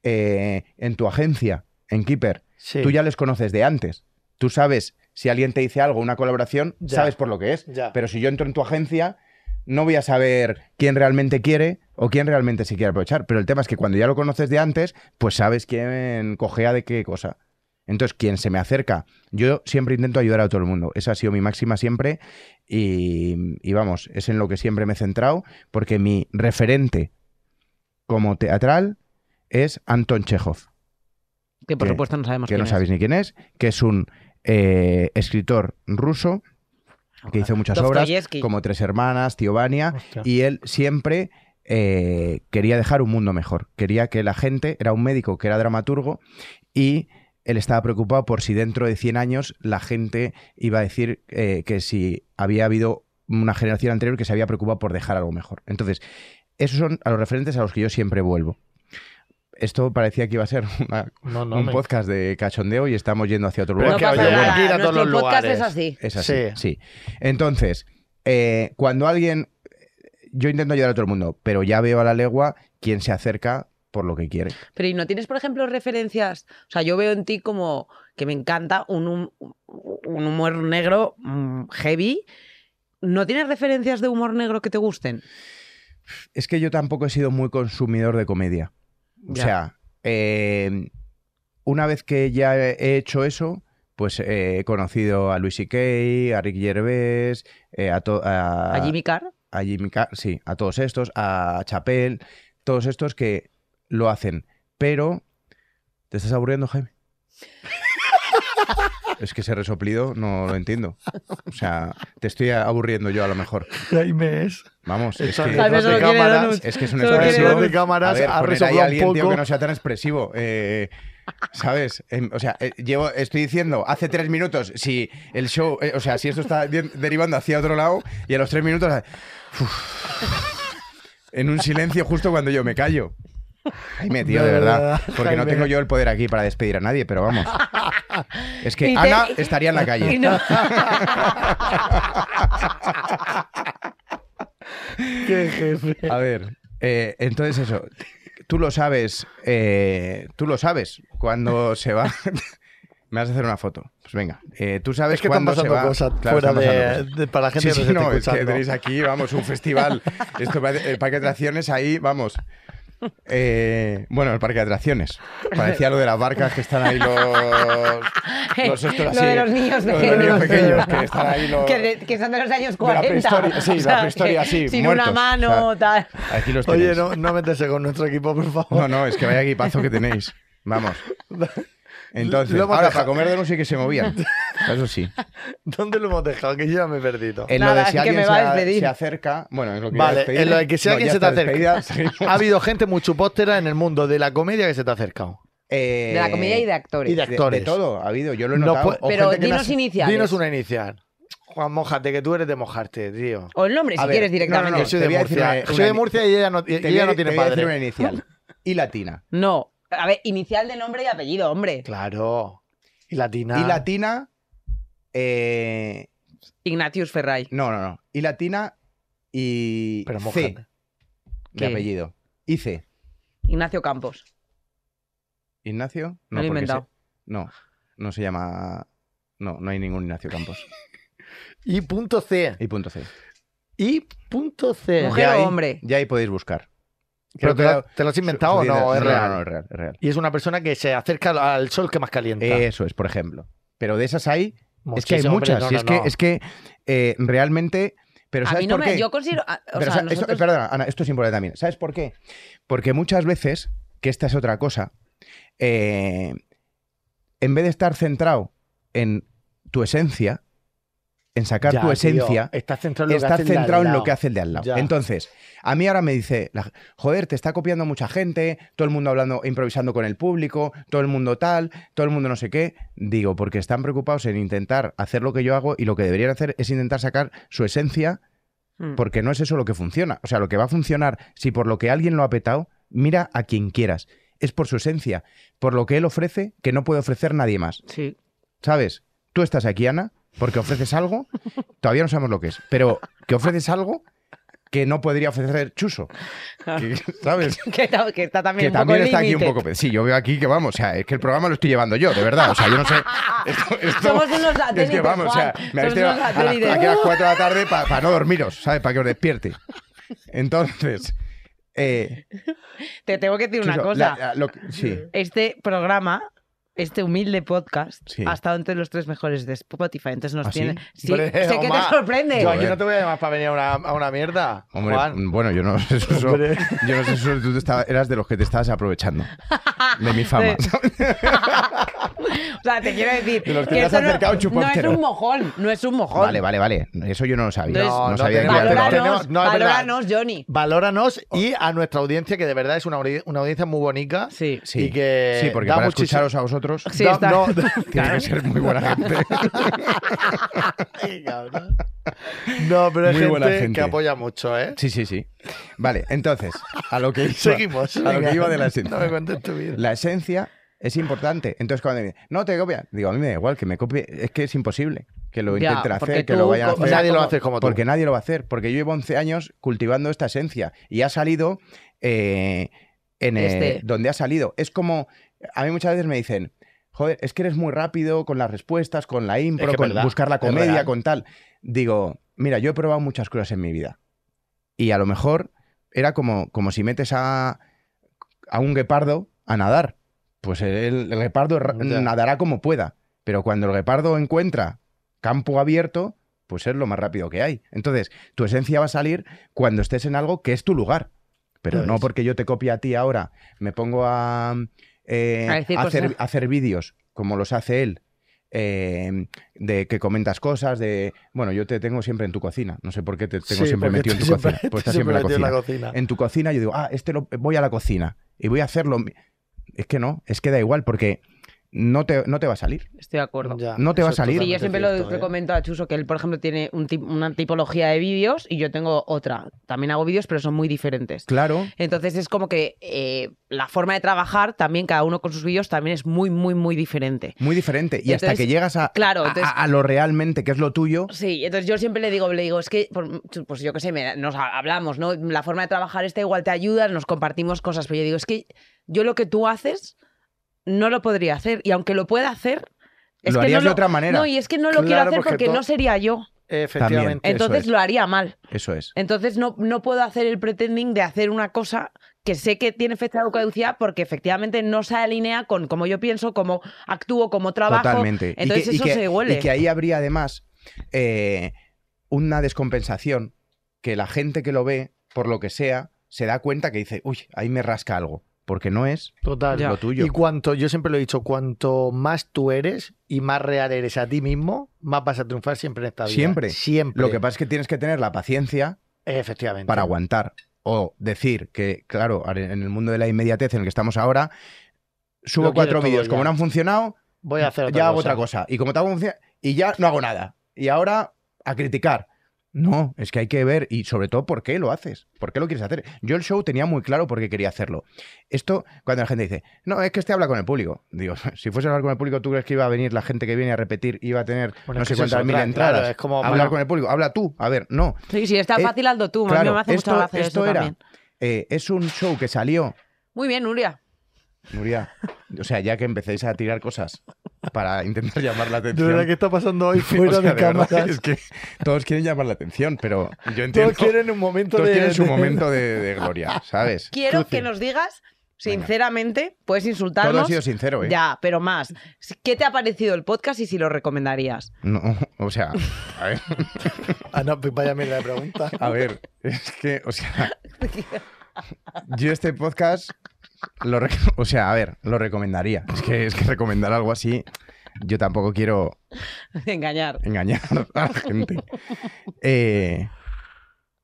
Speaker 6: eh, en tu agencia, en Keeper,
Speaker 3: Sí.
Speaker 6: tú ya les conoces de antes. Tú sabes, si alguien te dice algo, una colaboración,
Speaker 3: Ya.
Speaker 6: sabes por lo que es.
Speaker 3: Ya.
Speaker 6: Pero si yo entro en tu agencia, no voy a saber quién realmente quiere o quién realmente se quiere aprovechar. Pero el tema es que cuando ya lo conoces de antes, pues sabes quién cojea de qué cosa. Entonces, quien se me acerca, yo siempre intento ayudar a todo el mundo. Esa ha sido mi máxima siempre y, y vamos, es en lo que siempre me he centrado porque mi referente como teatral es Anton Chekhov
Speaker 4: Que por
Speaker 6: que-
Speaker 4: supuesto no sabemos
Speaker 6: que no
Speaker 4: quién es.
Speaker 6: sabéis ni quién es, que es un eh, escritor ruso que hizo muchas obras
Speaker 4: Dostoyevsky.
Speaker 6: como Tres Hermanas, Tiovania,
Speaker 3: Hostia.
Speaker 6: y él siempre eh, quería dejar un mundo mejor. Quería que la gente, era un médico que era dramaturgo, y él estaba preocupado por si dentro de 100 años la gente iba a decir eh, que si había habido una generación anterior que se había preocupado por dejar algo mejor. Entonces, esos son a los referentes a los que yo siempre vuelvo. Esto parecía que iba a ser una
Speaker 3: No, no,
Speaker 6: un
Speaker 3: me-
Speaker 6: podcast de cachondeo y estamos yendo hacia otro
Speaker 3: Pero
Speaker 6: lugar.
Speaker 4: No
Speaker 3: que,
Speaker 4: pasa
Speaker 3: oye,
Speaker 4: nada,
Speaker 3: hay que ir a todos
Speaker 4: nuestro
Speaker 3: los
Speaker 4: podcast
Speaker 3: lugares.
Speaker 4: es así.
Speaker 6: Es así.
Speaker 3: Sí.
Speaker 6: Sí. Entonces, eh, cuando alguien. Yo intento ayudar a todo el mundo, pero ya veo a la legua quién se acerca por lo que quiere.
Speaker 4: Pero ¿y no tienes, por ejemplo, referencias? O sea, yo veo en ti como que me encanta un, hum- un humor negro mm, heavy. ¿No tienes referencias de humor negro que te gusten?
Speaker 6: Es que yo tampoco he sido muy consumidor de comedia. O
Speaker 4: Ya.
Speaker 6: sea, eh, una vez que ya he hecho eso, pues eh, he conocido a Luis C.K., a Rick Gervais, eh, a, to- a-
Speaker 4: ¿A Jimmy Carr?
Speaker 6: a Jimmy Carr, sí, a todos estos, a Chapel, todos estos que lo hacen. Pero, ¿te estás aburriendo, Jaime? es que ese resoplido no lo entiendo. O sea, te estoy aburriendo yo a lo mejor.
Speaker 3: Jaime es.
Speaker 6: Vamos,
Speaker 3: El
Speaker 6: es
Speaker 3: sonido
Speaker 6: que,
Speaker 4: Jaime
Speaker 3: de
Speaker 4: solo quiere
Speaker 3: cámaras.
Speaker 4: donuts.
Speaker 6: es que es un
Speaker 4: Solo quiere
Speaker 6: expresivo.
Speaker 4: ver
Speaker 3: de cámaras,
Speaker 6: a ver,
Speaker 3: ha
Speaker 6: poner ahí
Speaker 3: resoplado
Speaker 6: a
Speaker 3: un
Speaker 6: alguien, tío,
Speaker 3: poco.
Speaker 6: que no sea tan expresivo. Eh, ¿Sabes? Em, o sea, eh, llevo, estoy diciendo hace tres minutos si el show, eh, o sea, si esto está di- derivando hacia otro lado y a los tres minutos... ah, uf, en un silencio justo cuando yo me callo. Jaime, tío, de
Speaker 3: De
Speaker 6: verdad.
Speaker 3: verdad,
Speaker 6: Porque no
Speaker 3: Jaime.
Speaker 6: tengo yo el poder aquí para despedir a nadie, pero vamos. Es que
Speaker 4: Y te-
Speaker 6: Ana estaría en la calle.
Speaker 4: Y no-
Speaker 3: Qué jefe.
Speaker 6: A ver, eh, entonces eso, tú lo sabes, eh, tú lo sabes cuando se va. Me vas a hacer una foto. Pues venga, eh, tú sabes
Speaker 3: Es que están
Speaker 6: cuando se
Speaker 3: pasando
Speaker 6: va.
Speaker 3: cosas
Speaker 6: Claro,
Speaker 3: fuera
Speaker 6: están pasando
Speaker 3: de,
Speaker 6: cosas.
Speaker 3: de- para la gente
Speaker 6: Sí,
Speaker 3: que
Speaker 6: sí,
Speaker 3: nos
Speaker 6: no,
Speaker 3: esté
Speaker 6: es que
Speaker 3: escuchando.
Speaker 6: tenéis aquí, vamos, un festival. Esto parece el parque de atracciones ahí, vamos. Eh, bueno, el parque de atracciones. Parecía lo de las barcas que están ahí los. los estos
Speaker 4: Lo
Speaker 6: así,
Speaker 4: de los niños
Speaker 6: lo de los
Speaker 4: pequeños.
Speaker 6: niños pequeños, que están ahí los.
Speaker 4: que, de- que son de los años
Speaker 6: De la
Speaker 4: 40.
Speaker 6: prehistoria, sí,
Speaker 4: O
Speaker 6: la
Speaker 4: sea,
Speaker 6: prehistoria,
Speaker 4: que
Speaker 6: sí,
Speaker 4: Sin
Speaker 6: muertos,
Speaker 4: una mano,
Speaker 6: o sea,
Speaker 4: tal.
Speaker 6: Aquí los tenéis.
Speaker 3: Oye, no, no meterse con nuestro equipo, por favor.
Speaker 6: No, no, es que vaya equipazo que tenéis. Vamos. Entonces,
Speaker 3: Lo hemos
Speaker 6: ahora,
Speaker 3: dejado.
Speaker 6: para comer de no sé qué se movían. Eso sí.
Speaker 3: ¿Dónde lo hemos dejado? Que yo ya me he perdido.
Speaker 6: En
Speaker 4: Nada,
Speaker 6: lo de si
Speaker 4: es que
Speaker 6: alguien
Speaker 4: me
Speaker 6: se,
Speaker 4: va a
Speaker 6: a-
Speaker 4: despedir.
Speaker 6: se acerca. Bueno, es lo que iba a
Speaker 3: Vale,
Speaker 6: despedir.
Speaker 3: en lo de que si
Speaker 6: No,
Speaker 3: alguien
Speaker 6: ya
Speaker 3: se te
Speaker 6: está despedida,
Speaker 3: acerca.
Speaker 6: seguimos.
Speaker 3: Ha habido gente muy chupóstera en el mundo de la comedia que se te ha acercado.
Speaker 6: Eh,
Speaker 4: De la comedia y de actores.
Speaker 3: y de-
Speaker 6: de-
Speaker 3: actores.
Speaker 6: De, todo ha habido, yo lo he
Speaker 3: No
Speaker 6: notado.
Speaker 3: puede-
Speaker 6: O
Speaker 4: Pero
Speaker 6: gente que me ha-
Speaker 4: dinos iniciales.
Speaker 3: Dinos una inicial. Juan, mojate, que tú eres de mojarte, tío.
Speaker 4: O el nombre, si
Speaker 6: A ver,
Speaker 4: quieres directamente.
Speaker 6: no,
Speaker 3: Yo soy
Speaker 6: te
Speaker 3: de
Speaker 6: voy a decir
Speaker 3: Murcia.
Speaker 6: una-
Speaker 3: soy de
Speaker 6: una-
Speaker 3: Murcia y ella no, y
Speaker 6: Te
Speaker 3: ella
Speaker 6: voy a-
Speaker 3: no tiene
Speaker 6: te voy a decir una
Speaker 3: padre.
Speaker 6: inicial. Y latina.
Speaker 4: No. A ver, inicial de nombre y apellido, hombre.
Speaker 3: Claro. Y latina.
Speaker 6: Y latina. eh,
Speaker 4: Ignatius Ferray.
Speaker 6: no, no, no. Y latina y.
Speaker 3: Pero
Speaker 6: C,
Speaker 3: mojate.
Speaker 6: mi
Speaker 4: ¿Qué?
Speaker 6: apellido. Y C.
Speaker 4: Ignacio Campos.
Speaker 6: Ignacio.
Speaker 4: Me lo he
Speaker 6: porque
Speaker 4: inventado.
Speaker 6: se- no, no se llama. No, no hay ningún Ignacio Campos.
Speaker 3: Y punto C.
Speaker 6: Y punto C.
Speaker 3: Y punto C.
Speaker 4: Mujer
Speaker 6: Ya
Speaker 4: o
Speaker 6: ahí-
Speaker 4: hombre.
Speaker 6: Ya ahí podéis buscar.
Speaker 3: Pero te,
Speaker 6: Creo
Speaker 3: lo,
Speaker 6: que
Speaker 3: te lo has inventado o
Speaker 6: su- su-
Speaker 3: no, es real.
Speaker 6: No, no, es real, es real.
Speaker 3: Y es una persona que se acerca al- al sol que más calienta.
Speaker 6: Eso Eh, es, por ejemplo. Pero de esas hay Es que hay
Speaker 3: Muchísimo,
Speaker 6: muchas.
Speaker 3: hombre, no,
Speaker 6: y es,
Speaker 3: no,
Speaker 6: que,
Speaker 3: no.
Speaker 6: es que eh, realmente. Pero
Speaker 4: a
Speaker 6: ¿sabes
Speaker 4: mí no
Speaker 6: por
Speaker 4: me.
Speaker 6: qué?
Speaker 4: Yo considero. a- O
Speaker 6: Pero,
Speaker 4: sea,
Speaker 6: ¿sabes? Esto-
Speaker 4: nosotros-
Speaker 6: Perdona, Ana, esto es importante también. ¿Sabes por qué? Porque muchas veces, que esta es otra cosa, eh, en vez de estar centrado en tu esencia, en sacar
Speaker 3: Ya,
Speaker 6: tu
Speaker 3: tío,
Speaker 6: esencia,
Speaker 3: estás centrado en lo que
Speaker 6: estás
Speaker 3: hace el de al
Speaker 6: centrado en lo
Speaker 3: lado.
Speaker 6: que hace el de al lado.
Speaker 3: Ya.
Speaker 6: Entonces, a mí ahora me dice, la- joder, te está copiando mucha gente, todo el mundo hablando, improvisando con el público, todo el mundo tal, todo el mundo no sé qué. Digo, porque están preocupados en intentar hacer lo que yo hago y lo que deberían hacer es intentar sacar su esencia,
Speaker 4: Mm.
Speaker 6: porque no es eso lo que funciona. O sea, lo que va a funcionar, si por lo que alguien lo ha petado, mira a quien quieras. Es por su esencia, por lo que él ofrece, que no puede ofrecer nadie más.
Speaker 4: Sí.
Speaker 6: ¿sabes? Tú estás aquí, Ana, porque ofreces algo, todavía no sabemos lo que es, pero que ofreces algo que no podría ofrecer Chuso, que- ¿sabes?
Speaker 4: Que, ta- que está
Speaker 6: Que
Speaker 4: también Ah. un
Speaker 6: también
Speaker 4: poco
Speaker 6: está aquí un
Speaker 4: límite.
Speaker 6: poco... pe- Sí, yo veo aquí que vamos, o sea, es que el programa lo estoy llevando yo, de verdad, o sea, yo no sé... esto- esto-
Speaker 4: Somos unos
Speaker 6: es que
Speaker 4: satélites,
Speaker 6: vamos, o sea,
Speaker 4: Juan,
Speaker 6: me
Speaker 4: somos
Speaker 6: habéis tenido
Speaker 4: unos
Speaker 6: a las-
Speaker 4: satélites.
Speaker 6: aquí a las 4 de la tarde para no dormiros, ¿sabes? Para que os despierte. Entonces, eh,
Speaker 4: Te tengo que decir una
Speaker 6: Chuso,
Speaker 4: cosa.
Speaker 6: la- la- lo que- sí,
Speaker 4: Este programa. Este humilde podcast
Speaker 6: Sí.
Speaker 4: ha estado entre los tres mejores de Spotify. Entonces nos
Speaker 6: ¿Ah, sí?
Speaker 4: tiene. Sí,
Speaker 3: Hombre,
Speaker 4: sé que te
Speaker 3: Omar,
Speaker 4: sorprende.
Speaker 3: Yo aquí
Speaker 6: Joder.
Speaker 3: no te voy a llamar para venir a una, a una mierda.
Speaker 6: Hombre, mm,
Speaker 3: Juan.
Speaker 6: bueno, yo no sé Suso.
Speaker 3: Hombre.
Speaker 6: Yo no sé Suso, tú te estabas- eras de los que te estabas aprovechando de mi fama.
Speaker 4: Sí. O sea, te quiero decir.
Speaker 6: De los que
Speaker 4: que
Speaker 6: te has
Speaker 4: esto no-
Speaker 6: acercado,
Speaker 4: no, es
Speaker 6: chupóptero.
Speaker 4: un mojón, no es un mojón.
Speaker 6: Vale, vale, vale. Eso yo no lo sabía.
Speaker 4: Entonces,
Speaker 6: No,
Speaker 3: no
Speaker 6: sabía que
Speaker 3: tenemos-
Speaker 6: iba a hacer-
Speaker 3: Valoralo.
Speaker 4: Valóranos,
Speaker 3: Tenemos- no, es verdad.
Speaker 4: valóranos, Johnny.
Speaker 3: Valóranos
Speaker 6: Oh.
Speaker 3: y a nuestra audiencia, que de verdad es una, audi- una audiencia muy bonita.
Speaker 4: Sí.
Speaker 6: Sí,
Speaker 3: Y que
Speaker 6: sí, porque
Speaker 3: da
Speaker 6: para
Speaker 3: muchísimo-
Speaker 6: escucharos a vosotros
Speaker 4: Sí,
Speaker 3: Da-
Speaker 4: está.
Speaker 3: no,
Speaker 6: tiene que ser muy buena gente.
Speaker 3: Ay, cabrón. no, pero es
Speaker 6: Muy buena
Speaker 3: gente,
Speaker 6: gente.
Speaker 3: que apoya mucho, ¿eh?
Speaker 6: Sí, sí, sí. Vale, entonces, a lo que iba,
Speaker 3: Seguimos.
Speaker 6: a lo
Speaker 3: venga.
Speaker 6: que iba de la
Speaker 3: No
Speaker 6: esencia.
Speaker 3: me cuentes tu vida.
Speaker 6: La esencia es importante. Entonces, cuando me dicen, no te copia, digo, a mí me da igual que me copie. Es que es imposible que lo
Speaker 4: Ya,
Speaker 6: intenten
Speaker 4: porque
Speaker 6: hacer, que
Speaker 4: tú
Speaker 6: lo vayan a
Speaker 4: co-
Speaker 6: hacer.
Speaker 3: Nadie lo hace como tú.
Speaker 6: Porque nadie lo va a hacer. Porque yo llevo 11 años cultivando esta esencia y ha salido eh, en eh,
Speaker 4: Este.
Speaker 6: donde ha salido. Es como, a mí muchas veces me dicen, joder, es que eres muy rápido con las respuestas, con la impro,
Speaker 3: Es que es
Speaker 6: con
Speaker 3: verdad,
Speaker 6: buscar la
Speaker 3: es
Speaker 6: comedia,
Speaker 3: real.
Speaker 6: con tal. Digo, mira, yo he probado muchas cosas en mi vida y a lo mejor era como, como si metes a, a un guepardo a nadar. Pues el, el guepardo ra-
Speaker 3: Ya.
Speaker 6: nadará como pueda. Pero cuando el guepardo encuentra campo abierto, pues es lo más rápido que hay. Entonces, tu esencia va a salir cuando estés en algo que es tu lugar. Pero
Speaker 3: Ya
Speaker 6: no
Speaker 3: ves.
Speaker 6: porque yo te copie a ti ahora, me pongo a, eh,
Speaker 4: A decir
Speaker 6: a hacer,
Speaker 4: cosas.
Speaker 6: a hacer vídeos como los hace él, eh, de que comentas cosas, de... Bueno, yo te tengo siempre en tu cocina, no sé por qué te tengo
Speaker 3: Sí,
Speaker 6: siempre
Speaker 3: porque
Speaker 6: metido en
Speaker 3: tú
Speaker 6: tu
Speaker 3: siempre-
Speaker 6: cocina. Pues
Speaker 3: tú
Speaker 6: estás siempre en la
Speaker 3: metido
Speaker 6: cocina
Speaker 3: cocina.
Speaker 6: en tu cocina, yo digo, ah, este lo, voy a la cocina y voy a hacerlo. Es que no, es que da igual porque no te, no te va a salir.
Speaker 4: Estoy de acuerdo.
Speaker 3: Ya,
Speaker 6: No te va a
Speaker 3: eso es
Speaker 6: salir.
Speaker 4: Sí, yo
Speaker 3: totalmente
Speaker 4: siempre lo,
Speaker 3: cierto,
Speaker 4: lo
Speaker 3: ¿eh?
Speaker 4: comento a Chuso que él, por ejemplo, tiene un tip- una tipología de vídeos y yo tengo otra. También hago vídeos, pero son muy diferentes.
Speaker 6: Claro.
Speaker 4: Entonces es como que eh, la forma de trabajar también, cada uno con sus vídeos, también es muy, muy, muy diferente.
Speaker 6: Muy diferente. Y hasta
Speaker 4: Entonces,
Speaker 6: que llegas a,
Speaker 4: claro,
Speaker 6: a-
Speaker 4: entonces-
Speaker 6: a, a lo realmente que es lo tuyo,
Speaker 4: Sí, entonces yo siempre le digo, le digo, es que, por- pues yo qué sé, me- nos ha- hablamos, ¿no? La forma de trabajar esta igual te ayuda, nos compartimos cosas, pero yo digo, es que yo lo que tú haces no lo podría hacer y aunque lo pueda hacer, es
Speaker 6: Lo
Speaker 4: que
Speaker 6: harías
Speaker 4: no
Speaker 6: de otra manera.
Speaker 4: No, y es que no lo
Speaker 3: Claro,
Speaker 4: quiero hacer
Speaker 3: porque
Speaker 4: porque
Speaker 3: tú-
Speaker 4: no sería yo.
Speaker 3: Efectivamente.
Speaker 6: También. Eso
Speaker 4: Entonces
Speaker 6: es.
Speaker 4: lo haría mal.
Speaker 6: eso es.
Speaker 4: Entonces no, no puedo hacer el pretending de hacer una cosa que sé que tiene fecha de caducidad porque efectivamente no se alinea con cómo yo pienso, cómo actúo, cómo trabajo.
Speaker 6: Totalmente. Y que-
Speaker 4: Entonces
Speaker 6: y
Speaker 4: eso
Speaker 6: que,
Speaker 4: se
Speaker 6: Y
Speaker 4: huele.
Speaker 6: que ahí habría además eh, una descompensación que la gente que lo ve, por lo que sea, se da cuenta que dice, uy, ahí me rasca algo. porque no es.
Speaker 3: Total.
Speaker 4: Ya.
Speaker 6: Lo tuyo.
Speaker 3: Y cuanto, yo siempre lo he dicho, cuanto más tú eres y más real eres a ti mismo, más vas a triunfar siempre en esta vida.
Speaker 6: Siempre.
Speaker 3: Siempre.
Speaker 6: Lo que pasa es que tienes que tener la paciencia
Speaker 3: Efectivamente.
Speaker 6: para aguantar. O decir que, claro, ahora en el mundo de la inmediatez en el que estamos ahora,
Speaker 3: Lo
Speaker 6: subo
Speaker 3: quiero
Speaker 6: cuatro
Speaker 3: todo
Speaker 6: vídeos.
Speaker 3: ya.
Speaker 6: Como no han funcionado,
Speaker 3: Voy a hacer otra
Speaker 6: ya
Speaker 3: cosa.
Speaker 6: hago otra cosa. Y como te hago funcionar, y ya no hago nada. Y ahora a criticar. No, es que hay que ver y sobre todo por qué lo haces, por qué lo quieres hacer. Yo el show tenía muy claro por qué quería hacerlo. Esto, cuando la gente dice, no, es que este habla con el público. Digo, si fuese a hablar con el público, ¿tú crees que iba a venir la gente que viene a repetir, iba a tener
Speaker 3: Bueno,
Speaker 6: no
Speaker 3: es que
Speaker 6: sé
Speaker 3: eso es
Speaker 6: cuántas mil
Speaker 3: otra, claro,
Speaker 6: entradas?
Speaker 3: es como,
Speaker 6: Hablar
Speaker 3: bueno.
Speaker 6: con el público, habla tú. A ver, no.
Speaker 4: Sí, sí, está
Speaker 6: Eh,
Speaker 4: fácil, hazlo tú. A mí
Speaker 6: claro,
Speaker 4: me hace
Speaker 6: esto,
Speaker 4: mucha gracia
Speaker 6: esto
Speaker 4: eso
Speaker 6: era,
Speaker 4: también.
Speaker 6: eh, es un show que salió
Speaker 4: Muy bien, Nuria.
Speaker 6: Nuria, o sea, ya que empecéis a tirar cosas para intentar llamar la
Speaker 3: De
Speaker 6: atención.
Speaker 3: verdad que está pasando hoy
Speaker 6: Sí,
Speaker 3: fuera
Speaker 6: o sea,
Speaker 3: de
Speaker 6: de verdad,
Speaker 3: cámaras.
Speaker 6: es que todos quieren llamar la atención, pero yo entiendo.
Speaker 3: Todos quieren un momento
Speaker 6: todos
Speaker 3: de...
Speaker 6: quieren su
Speaker 3: de-
Speaker 6: momento de, de gloria, ¿sabes?
Speaker 4: Quiero
Speaker 3: Cruci.
Speaker 4: que nos digas, sinceramente, puedes insultarnos.
Speaker 6: Todo ha sido sincero, ¿eh?
Speaker 4: Ya, pero más. ¿Qué te ha parecido el podcast y si lo recomendarías?
Speaker 6: No, o sea, a ver,
Speaker 3: Ah, no, pues vaya mierda de pregunta.
Speaker 6: a ver, es que, o sea, yo este podcast, lo rec- o sea, a ver, lo recomendaría. Es que, es que recomendar algo así, yo tampoco quiero
Speaker 4: Engañar.
Speaker 6: engañar a la gente. Eh,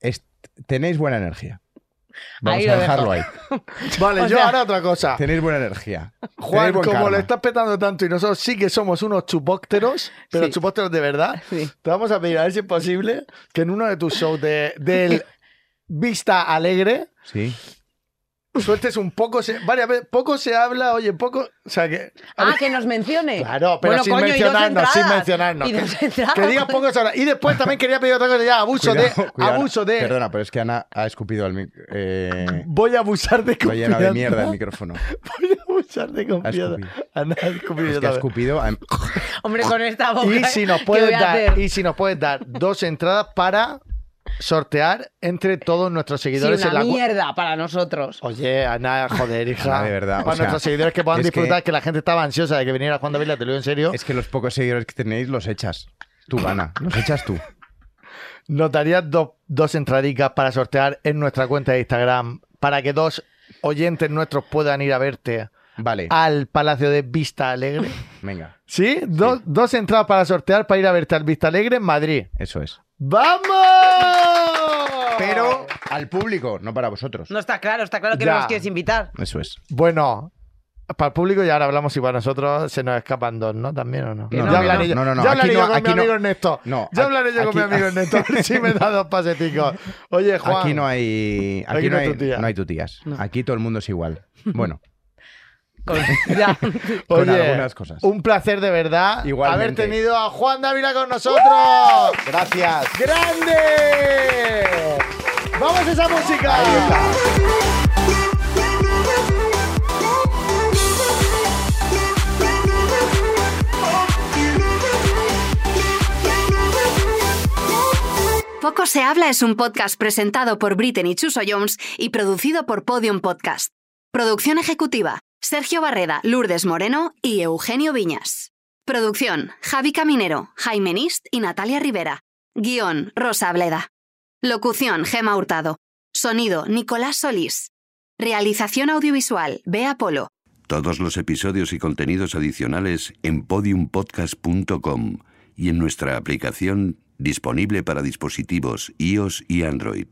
Speaker 6: es- tenéis buena energía. Vamos
Speaker 4: Ahí
Speaker 6: a
Speaker 4: lo dejo.
Speaker 6: dejarlo ahí.
Speaker 3: Vale,
Speaker 4: O
Speaker 3: yo
Speaker 4: sea-
Speaker 3: ahora otra cosa.
Speaker 6: Tenéis buena energía.
Speaker 3: Juan,
Speaker 6: Tenéis buen
Speaker 3: como
Speaker 6: karma.
Speaker 3: lo estás petando tanto y nosotros sí que somos unos chupócteros, pero
Speaker 4: Sí.
Speaker 3: chupócteros de verdad,
Speaker 4: Sí.
Speaker 3: te vamos a pedir, a ver si es posible, que en uno de tus shows de, del Vista Alegre
Speaker 6: Sí.
Speaker 3: sueltes un poco, se, varias veces, poco se habla, oye, poco, o sea que... a
Speaker 4: Ah,
Speaker 3: ver,
Speaker 4: que nos mencione.
Speaker 3: Claro, pero
Speaker 4: Bueno,
Speaker 3: sin
Speaker 4: coño, y dos
Speaker 3: mencionarnos, sin
Speaker 4: entradas.
Speaker 3: mencionarnos.
Speaker 4: Y dos entradas.
Speaker 3: que digas poco se habla. Y después también quería pedir otra cosa, ya, abuso de...
Speaker 6: Cuidado, cuidado.
Speaker 3: abuso de...
Speaker 6: Perdona, pero es que Ana ha escupido al micro. Eh,
Speaker 3: Voy a abusar de
Speaker 6: lo llena
Speaker 3: confianza.
Speaker 6: de mierda el micrófono.
Speaker 3: Voy a abusar de confianza.
Speaker 6: escupido.
Speaker 3: Ana, ha escupido
Speaker 6: Es
Speaker 3: yo
Speaker 6: que ha
Speaker 3: también.
Speaker 6: escupido. a-
Speaker 4: Hombre, con esta boca. ¿eh?
Speaker 3: Y si nos
Speaker 4: ¿qué
Speaker 3: puedes
Speaker 4: voy a
Speaker 3: dar,
Speaker 4: hacer?
Speaker 3: y si nos puedes dar dos entradas para sortear entre todos nuestros
Speaker 4: Sí,
Speaker 3: seguidores en
Speaker 4: una
Speaker 3: la cu-
Speaker 4: mierda para nosotros.
Speaker 3: Oye, Ana, joder, hija.
Speaker 6: Ana, de verdad, o
Speaker 3: Para
Speaker 6: sea,
Speaker 3: nuestros seguidores que puedan
Speaker 6: es
Speaker 3: disfrutar, que...
Speaker 6: que-
Speaker 3: la gente estaba ansiosa de que viniera Juan David, te lo digo en serio.
Speaker 6: Es que los pocos seguidores que tenéis los echas. Tú, Ana. Los echas tú.
Speaker 3: Nos darías dos- dos entradicas para sortear en nuestra cuenta de Instagram para que dos oyentes nuestros puedan ir a verte
Speaker 6: Vale.
Speaker 3: al Palacio de Vista Alegre.
Speaker 6: Venga.
Speaker 3: ¿Sí? Dos- Dos entradas para sortear para ir a verte al Vista Alegre en Madrid.
Speaker 6: Eso es.
Speaker 3: ¡Vamos!
Speaker 6: Pero al público, no para vosotros.
Speaker 4: No está claro, está claro que
Speaker 3: Ya.
Speaker 4: no nos quieres invitar.
Speaker 6: Eso es.
Speaker 3: Bueno, para el público ya ahora hablamos y para nosotros se nos escapan dos, ¿no? También o no.
Speaker 6: No, no,
Speaker 3: ya
Speaker 6: no,
Speaker 3: hablaré yo-
Speaker 6: no, no, no,
Speaker 3: ya
Speaker 6: aquí
Speaker 3: hablaré
Speaker 6: no,
Speaker 3: yo con mi
Speaker 6: aquí no.
Speaker 3: amigo Ernesto.
Speaker 6: No,
Speaker 3: ya
Speaker 6: a-
Speaker 3: hablaré yo con
Speaker 6: aquí-
Speaker 3: mi amigo Ernesto. A ver si me da dos paseticos. Oye, Juan.
Speaker 6: Aquí no hay. Aquí,
Speaker 3: Aquí
Speaker 6: no,
Speaker 3: no hay
Speaker 6: hay,
Speaker 3: tutías.
Speaker 6: no hay tutías. Aquí todo el mundo es igual. Bueno,
Speaker 4: Con- ya.
Speaker 6: con
Speaker 3: Oye,
Speaker 6: algunas cosas.
Speaker 3: Un placer de verdad haber
Speaker 6: Igualmente.
Speaker 3: tenido a Juan Dávila con nosotros.
Speaker 6: Gracias.
Speaker 3: ¡Grande! ¡Vamos a esa música!
Speaker 2: Poco se habla es un podcast presentado por Britney Chuso Jones y producido por Podium Podcast. Producción ejecutiva: Sergio Barreda, Lourdes Moreno y Eugenio Viñas. Producción: Javi Caminero, Jaime Nist y Natalia Rivera. Guión: Rosa Bleda. Locución: Gema Hurtado. Sonido: Nicolás Solís. Realización audiovisual: Bea Polo.
Speaker 7: Todos los episodios y contenidos adicionales en podiumpodcast.com y en nuestra aplicación disponible para dispositivos iOS y Android.